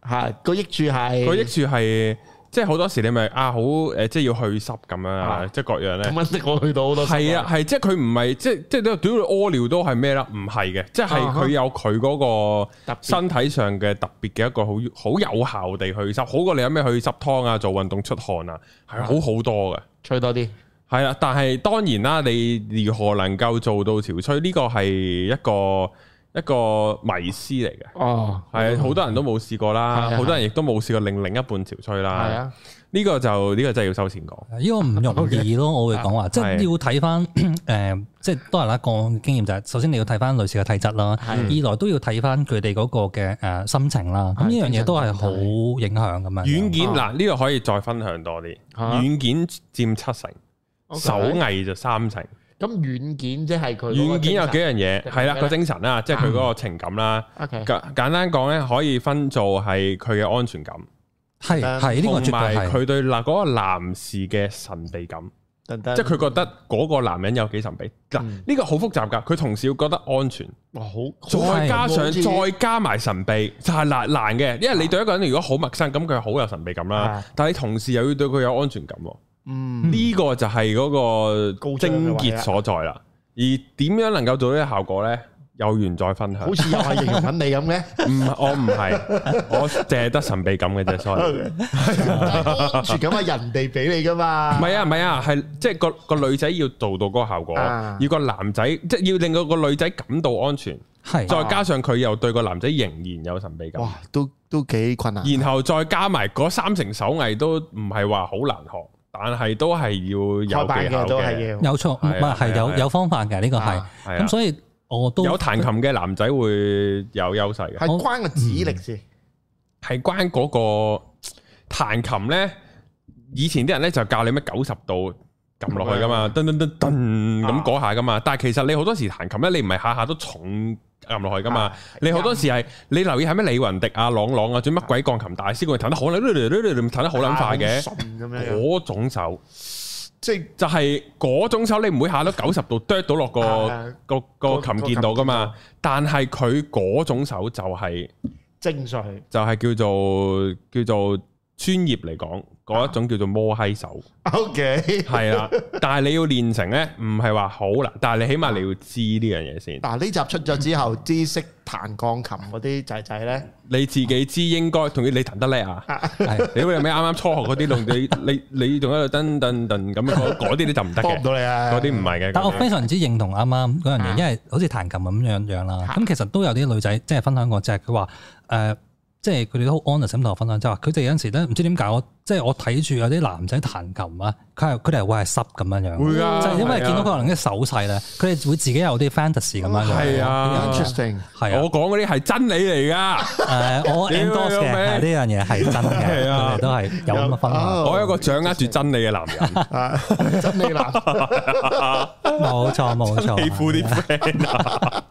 Speaker 2: 係個益處係
Speaker 1: 個益處係即係好多時你咪啊好誒，即係要去濕咁樣啊，
Speaker 2: 啊
Speaker 1: 即係各樣咧
Speaker 2: 咁。樣的我去到好多
Speaker 1: 係啊，係即係佢唔係即係即係都屌你屙尿都係咩啦？唔係嘅，即係
Speaker 2: 啊哈
Speaker 1: 佢有佢嗰個
Speaker 2: 特別
Speaker 1: 身體上嘅特別嘅一個好好有效地去濕，好過你有咩去濕湯啊、做運動出汗啊，係好好多嘅。
Speaker 2: 吹多啲，
Speaker 1: 係啦，但係當然啦，你如何能夠做到潮吹呢個係一個一個迷思嚟嘅。
Speaker 2: 哦
Speaker 1: 係好多人都冇試過啦，
Speaker 2: 係啊
Speaker 1: 好多人亦都冇試過令另一半潮吹
Speaker 2: 係
Speaker 1: 啦。
Speaker 2: 啊，
Speaker 1: 呢個就呢個真係要收錢講。
Speaker 3: 啊呢個唔 容易咯，我會講話，即係
Speaker 1: 啊係
Speaker 3: 要睇 翻誒，即係當然啦，個案經驗就係首先你要睇翻女士嘅體質啦，
Speaker 2: 係
Speaker 3: 二來都要睇翻佢哋嗰個嘅誒心情啦。咁
Speaker 2: 係
Speaker 3: 呢樣嘢都係
Speaker 2: 精神
Speaker 3: 好影響咁樣。
Speaker 1: 軟件
Speaker 2: 啊
Speaker 1: 嗱呢度可以再分享多啲，
Speaker 2: 啊
Speaker 1: 軟件佔七成，手藝就三成。
Speaker 2: 咁軟件即係佢
Speaker 1: 軟件有幾樣嘢，
Speaker 2: 精神
Speaker 1: 係啦
Speaker 2: 係啦
Speaker 1: 個精神啦，即係佢嗰個情感啦。
Speaker 2: O K
Speaker 1: 簡簡單講咧，可以分做係佢嘅安全感，
Speaker 3: 係係呢個
Speaker 1: 同
Speaker 3: 絕
Speaker 1: 埋
Speaker 3: 對係
Speaker 1: 佢對嗱嗰個男士嘅神秘感，
Speaker 2: 等等，
Speaker 1: 即係佢覺得嗰個男人有幾神秘。嗱
Speaker 2: 嗯
Speaker 1: 呢個好複雜㗎，佢同時要覺得安全。
Speaker 2: 哇好
Speaker 1: 再加上
Speaker 2: 好似
Speaker 1: 再加埋神秘，就係難難嘅，因為你對一個人如果好陌生，咁佢好有神秘感啦
Speaker 2: 啊。
Speaker 1: 但係你同時又要對佢有安全感喎，
Speaker 2: 嗯
Speaker 1: 呢個就係嗰個
Speaker 2: 高張嘅
Speaker 1: 症
Speaker 2: 位
Speaker 1: 結所在啦。而點樣能夠做到呢個效果呢？有緣再分享
Speaker 2: 好。似又係形容緊你咁嘅。
Speaker 1: 唔，我唔係，我淨係得神秘感嘅啫。sorry，
Speaker 2: 安全感係人哋俾你噶嘛
Speaker 1: 唔，係啊，唔係啊，係即係個個女仔要做到嗰個效果
Speaker 2: 啊，
Speaker 1: 要個男仔即係要令到個女仔感到安全，
Speaker 3: 係
Speaker 1: 再加上佢又對個男仔仍然有神秘感。
Speaker 2: 啊哇，都都幾困難。
Speaker 1: 然後再加埋嗰三成手藝都唔係話好難學，但係都係要有
Speaker 2: 開班
Speaker 1: 技巧
Speaker 2: 嘅都
Speaker 1: 嘅。
Speaker 2: 係要，
Speaker 3: 有錯，唔
Speaker 1: 係啊
Speaker 3: 係
Speaker 1: 係啊
Speaker 3: 係有
Speaker 1: 係啊
Speaker 3: 有方法嘅呢個係
Speaker 2: 啊。
Speaker 1: 係啊
Speaker 3: 咁，所以我都
Speaker 1: 有彈琴嘅男仔會有優勢嘅，
Speaker 2: 係關個指力事。
Speaker 1: 係關嗰個彈琴呢。以前啲人呢就教你咩九十度撳落去噶嘛，噔噔噔噔
Speaker 2: 啊
Speaker 1: 咁嗰下噶嘛。但係其實你好多時彈琴呢，你唔係下下都重撳落去噶嘛
Speaker 2: 啊。
Speaker 1: 你好多時係你留意係咩李雲迪啊、朗朗啊，仲有乜鬼哎鋼琴大師佢哋彈得好撚，彈得好撚快嘅啊
Speaker 2: 順咁樣樣，
Speaker 1: 嗰種手。
Speaker 2: 即係
Speaker 1: 就係嗰種手你唔會下到九十度剁到落
Speaker 2: 啊
Speaker 1: 個個個
Speaker 2: 個
Speaker 1: 琴鍵度噶
Speaker 2: 個
Speaker 1: 嘛，但係佢嗰種手就係
Speaker 2: 精髓
Speaker 1: 就係叫做叫做專業嚟講嗰一種叫做摩閪手。
Speaker 2: ，OK。
Speaker 1: 系 啦，但系你要練成咧，唔係話好難，但系你起碼你要知呢樣嘢先，
Speaker 2: 嗱呢集出咗之後，知識彈鋼琴嗰啲仔仔咧，
Speaker 1: 你自己知應該，同埋你彈得叻啊！
Speaker 3: 係
Speaker 1: 你會有咩啱啱初學嗰啲，同你你你仲喺度噔噔噔咁樣嗰嗰啲你就唔得
Speaker 2: 幫唔
Speaker 1: 嘅，
Speaker 2: 到你啊！
Speaker 1: 嗰啲唔係嘅。嗯
Speaker 3: 但我
Speaker 1: 嗰啲
Speaker 3: 非常之認同啱啱嗰樣
Speaker 2: 啊
Speaker 3: 嘢，因為好似彈琴咁樣樣啦。
Speaker 2: 啊
Speaker 3: 咁其實都有啲女仔即係分享過，就係佢話誒，即係佢哋都好 honest 咁同我分享，就話佢哋有陣時咧唔知點解我即係我睇住有啲男仔彈琴啊，佢係佢哋係會係濕咁樣樣，
Speaker 1: 會㗎
Speaker 3: 就係因為
Speaker 1: 係啊
Speaker 3: 見到佢可能啲手勢咧，佢哋會自己有啲 fantasy 咁樣樣。
Speaker 1: 係啊
Speaker 2: ，interesting。
Speaker 3: 係啊
Speaker 1: 我講嗰啲係真理嚟噶。
Speaker 3: 誒
Speaker 1: 屌
Speaker 3: 我
Speaker 1: 你
Speaker 3: endorse 嘅
Speaker 1: 老
Speaker 3: 係
Speaker 1: 味
Speaker 3: 呢樣嘢係真嘅，
Speaker 1: 係啊
Speaker 3: 佢哋都係有咁嘅分享。
Speaker 2: 哦
Speaker 1: 我有一個掌握住真理嘅男人，
Speaker 2: 啊，真理男，
Speaker 3: 冇錯冇錯，
Speaker 1: 喜歡啲 friend 啊，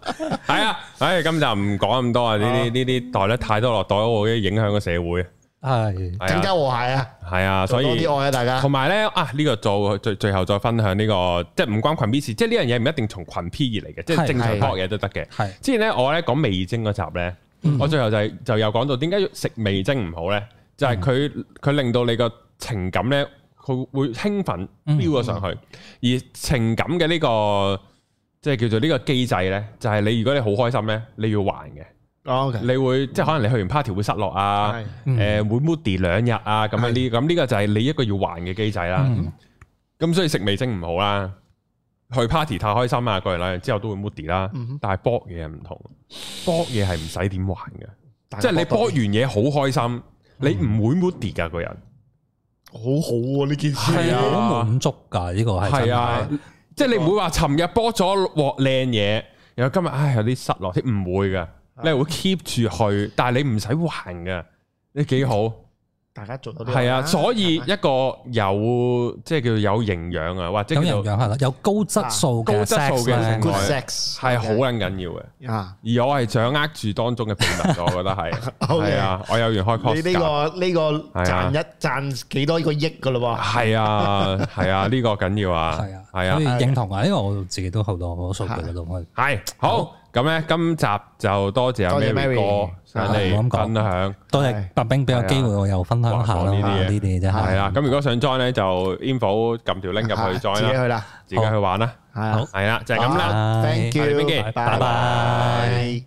Speaker 1: 係啊，唉，今集唔講咁多啊，呢啲呢啲袋得太多落袋，我會影響個社會。
Speaker 3: 係
Speaker 1: 係
Speaker 2: 更加
Speaker 1: 啊，
Speaker 2: 和諧啊！
Speaker 1: 係啊，所
Speaker 2: 多
Speaker 1: 以。
Speaker 2: 啲愛啊，大家
Speaker 1: 同埋咧啊，呢、個做最最後再分享呢、個，即係唔關群 P 事，即係呢樣嘢唔一定從群 P 而嚟嘅，即係
Speaker 3: 係
Speaker 1: 正常科學嘢都得嘅。
Speaker 3: 係
Speaker 1: 之前咧我咧講味精嗰集咧，我最後就係就又講到點解要食味精唔好咧，就係佢佢令到你個情感咧，佢會興奮飆咗上去，而情感嘅呢、個即係叫做呢個機制咧，就係、你如果你好開心咧，你要還嘅。
Speaker 2: 哦，OK，
Speaker 1: 你會即係可能你去完 party 會失落啊，
Speaker 2: 係
Speaker 3: 嗯
Speaker 1: 誒會 moody 兩日啊，咁樣呢咁呢個就係你一個要還嘅機制啦。
Speaker 3: 嗯
Speaker 1: 咁所以食味精唔好啦，去 party 太開心啊，過嚟兩日之後都會 moody 啦。但係搏嘢係唔同，搏嘢係唔使點還嘅，即係嗯你搏完嘢好開心，你唔會 moody 噶個人。
Speaker 2: 好好喎呢件事，
Speaker 1: 係啊
Speaker 3: 好滿足㗎，呢個係真
Speaker 1: 係
Speaker 3: 係
Speaker 1: 啊，即係你唔會話尋日搏咗鑊靚嘢，然後今日唉有啲失落，啲唔會噶，你係會 keep 住去，但係你唔使還噶，你幾好。
Speaker 2: 大家做到呢個
Speaker 1: 係啊，
Speaker 2: 啦
Speaker 1: 所以一個有即係叫做有營養啊，或者
Speaker 3: 有
Speaker 1: 叫
Speaker 3: 營
Speaker 1: 做啊
Speaker 3: 養係啦，有高質素
Speaker 1: 高
Speaker 3: 嘅
Speaker 1: 質素
Speaker 3: sex
Speaker 1: 嘅
Speaker 3: 咧
Speaker 1: 性愛
Speaker 2: good sex
Speaker 1: 係好撚緊要嘅。
Speaker 2: 啊！
Speaker 1: 而我係掌握住當中嘅秘密，我覺得 係
Speaker 2: OK
Speaker 1: 係啊，我有完開 post
Speaker 2: 你呢
Speaker 1: 㗎
Speaker 2: 個呢個
Speaker 1: 係啊
Speaker 2: 賺一賺幾多個億噶咯喎？
Speaker 1: 係啊係啊，呢個緊要啊，
Speaker 3: 係啊，
Speaker 1: 係啊
Speaker 3: 所以，認同啊，因為我自己都好多好多數據嗰度，我
Speaker 1: 係好咁咧。今集就多謝阿
Speaker 2: 多謝
Speaker 1: Mary 哥
Speaker 2: Mary
Speaker 1: 上
Speaker 3: 啊唔
Speaker 1: 嚟
Speaker 3: 好咁
Speaker 1: 分
Speaker 3: 講
Speaker 1: 享，
Speaker 3: 多謝白冰俾個機會我又分享下啦，
Speaker 1: 哇講呢啲嘢
Speaker 3: 呢啲真
Speaker 1: 係
Speaker 3: 係
Speaker 1: 啦。咁如果想 join 咧，就 info 撳條 link 入
Speaker 2: 啊
Speaker 1: 去
Speaker 2: 自己
Speaker 1: join
Speaker 2: 去
Speaker 1: 啦，
Speaker 2: 啦，
Speaker 1: 自己去玩啦，
Speaker 2: 係啊
Speaker 3: 好
Speaker 1: 係啦，就係咁啦。
Speaker 2: 啊，thank
Speaker 1: 係
Speaker 2: you，
Speaker 1: 冰機
Speaker 2: 拜
Speaker 3: 拜拜。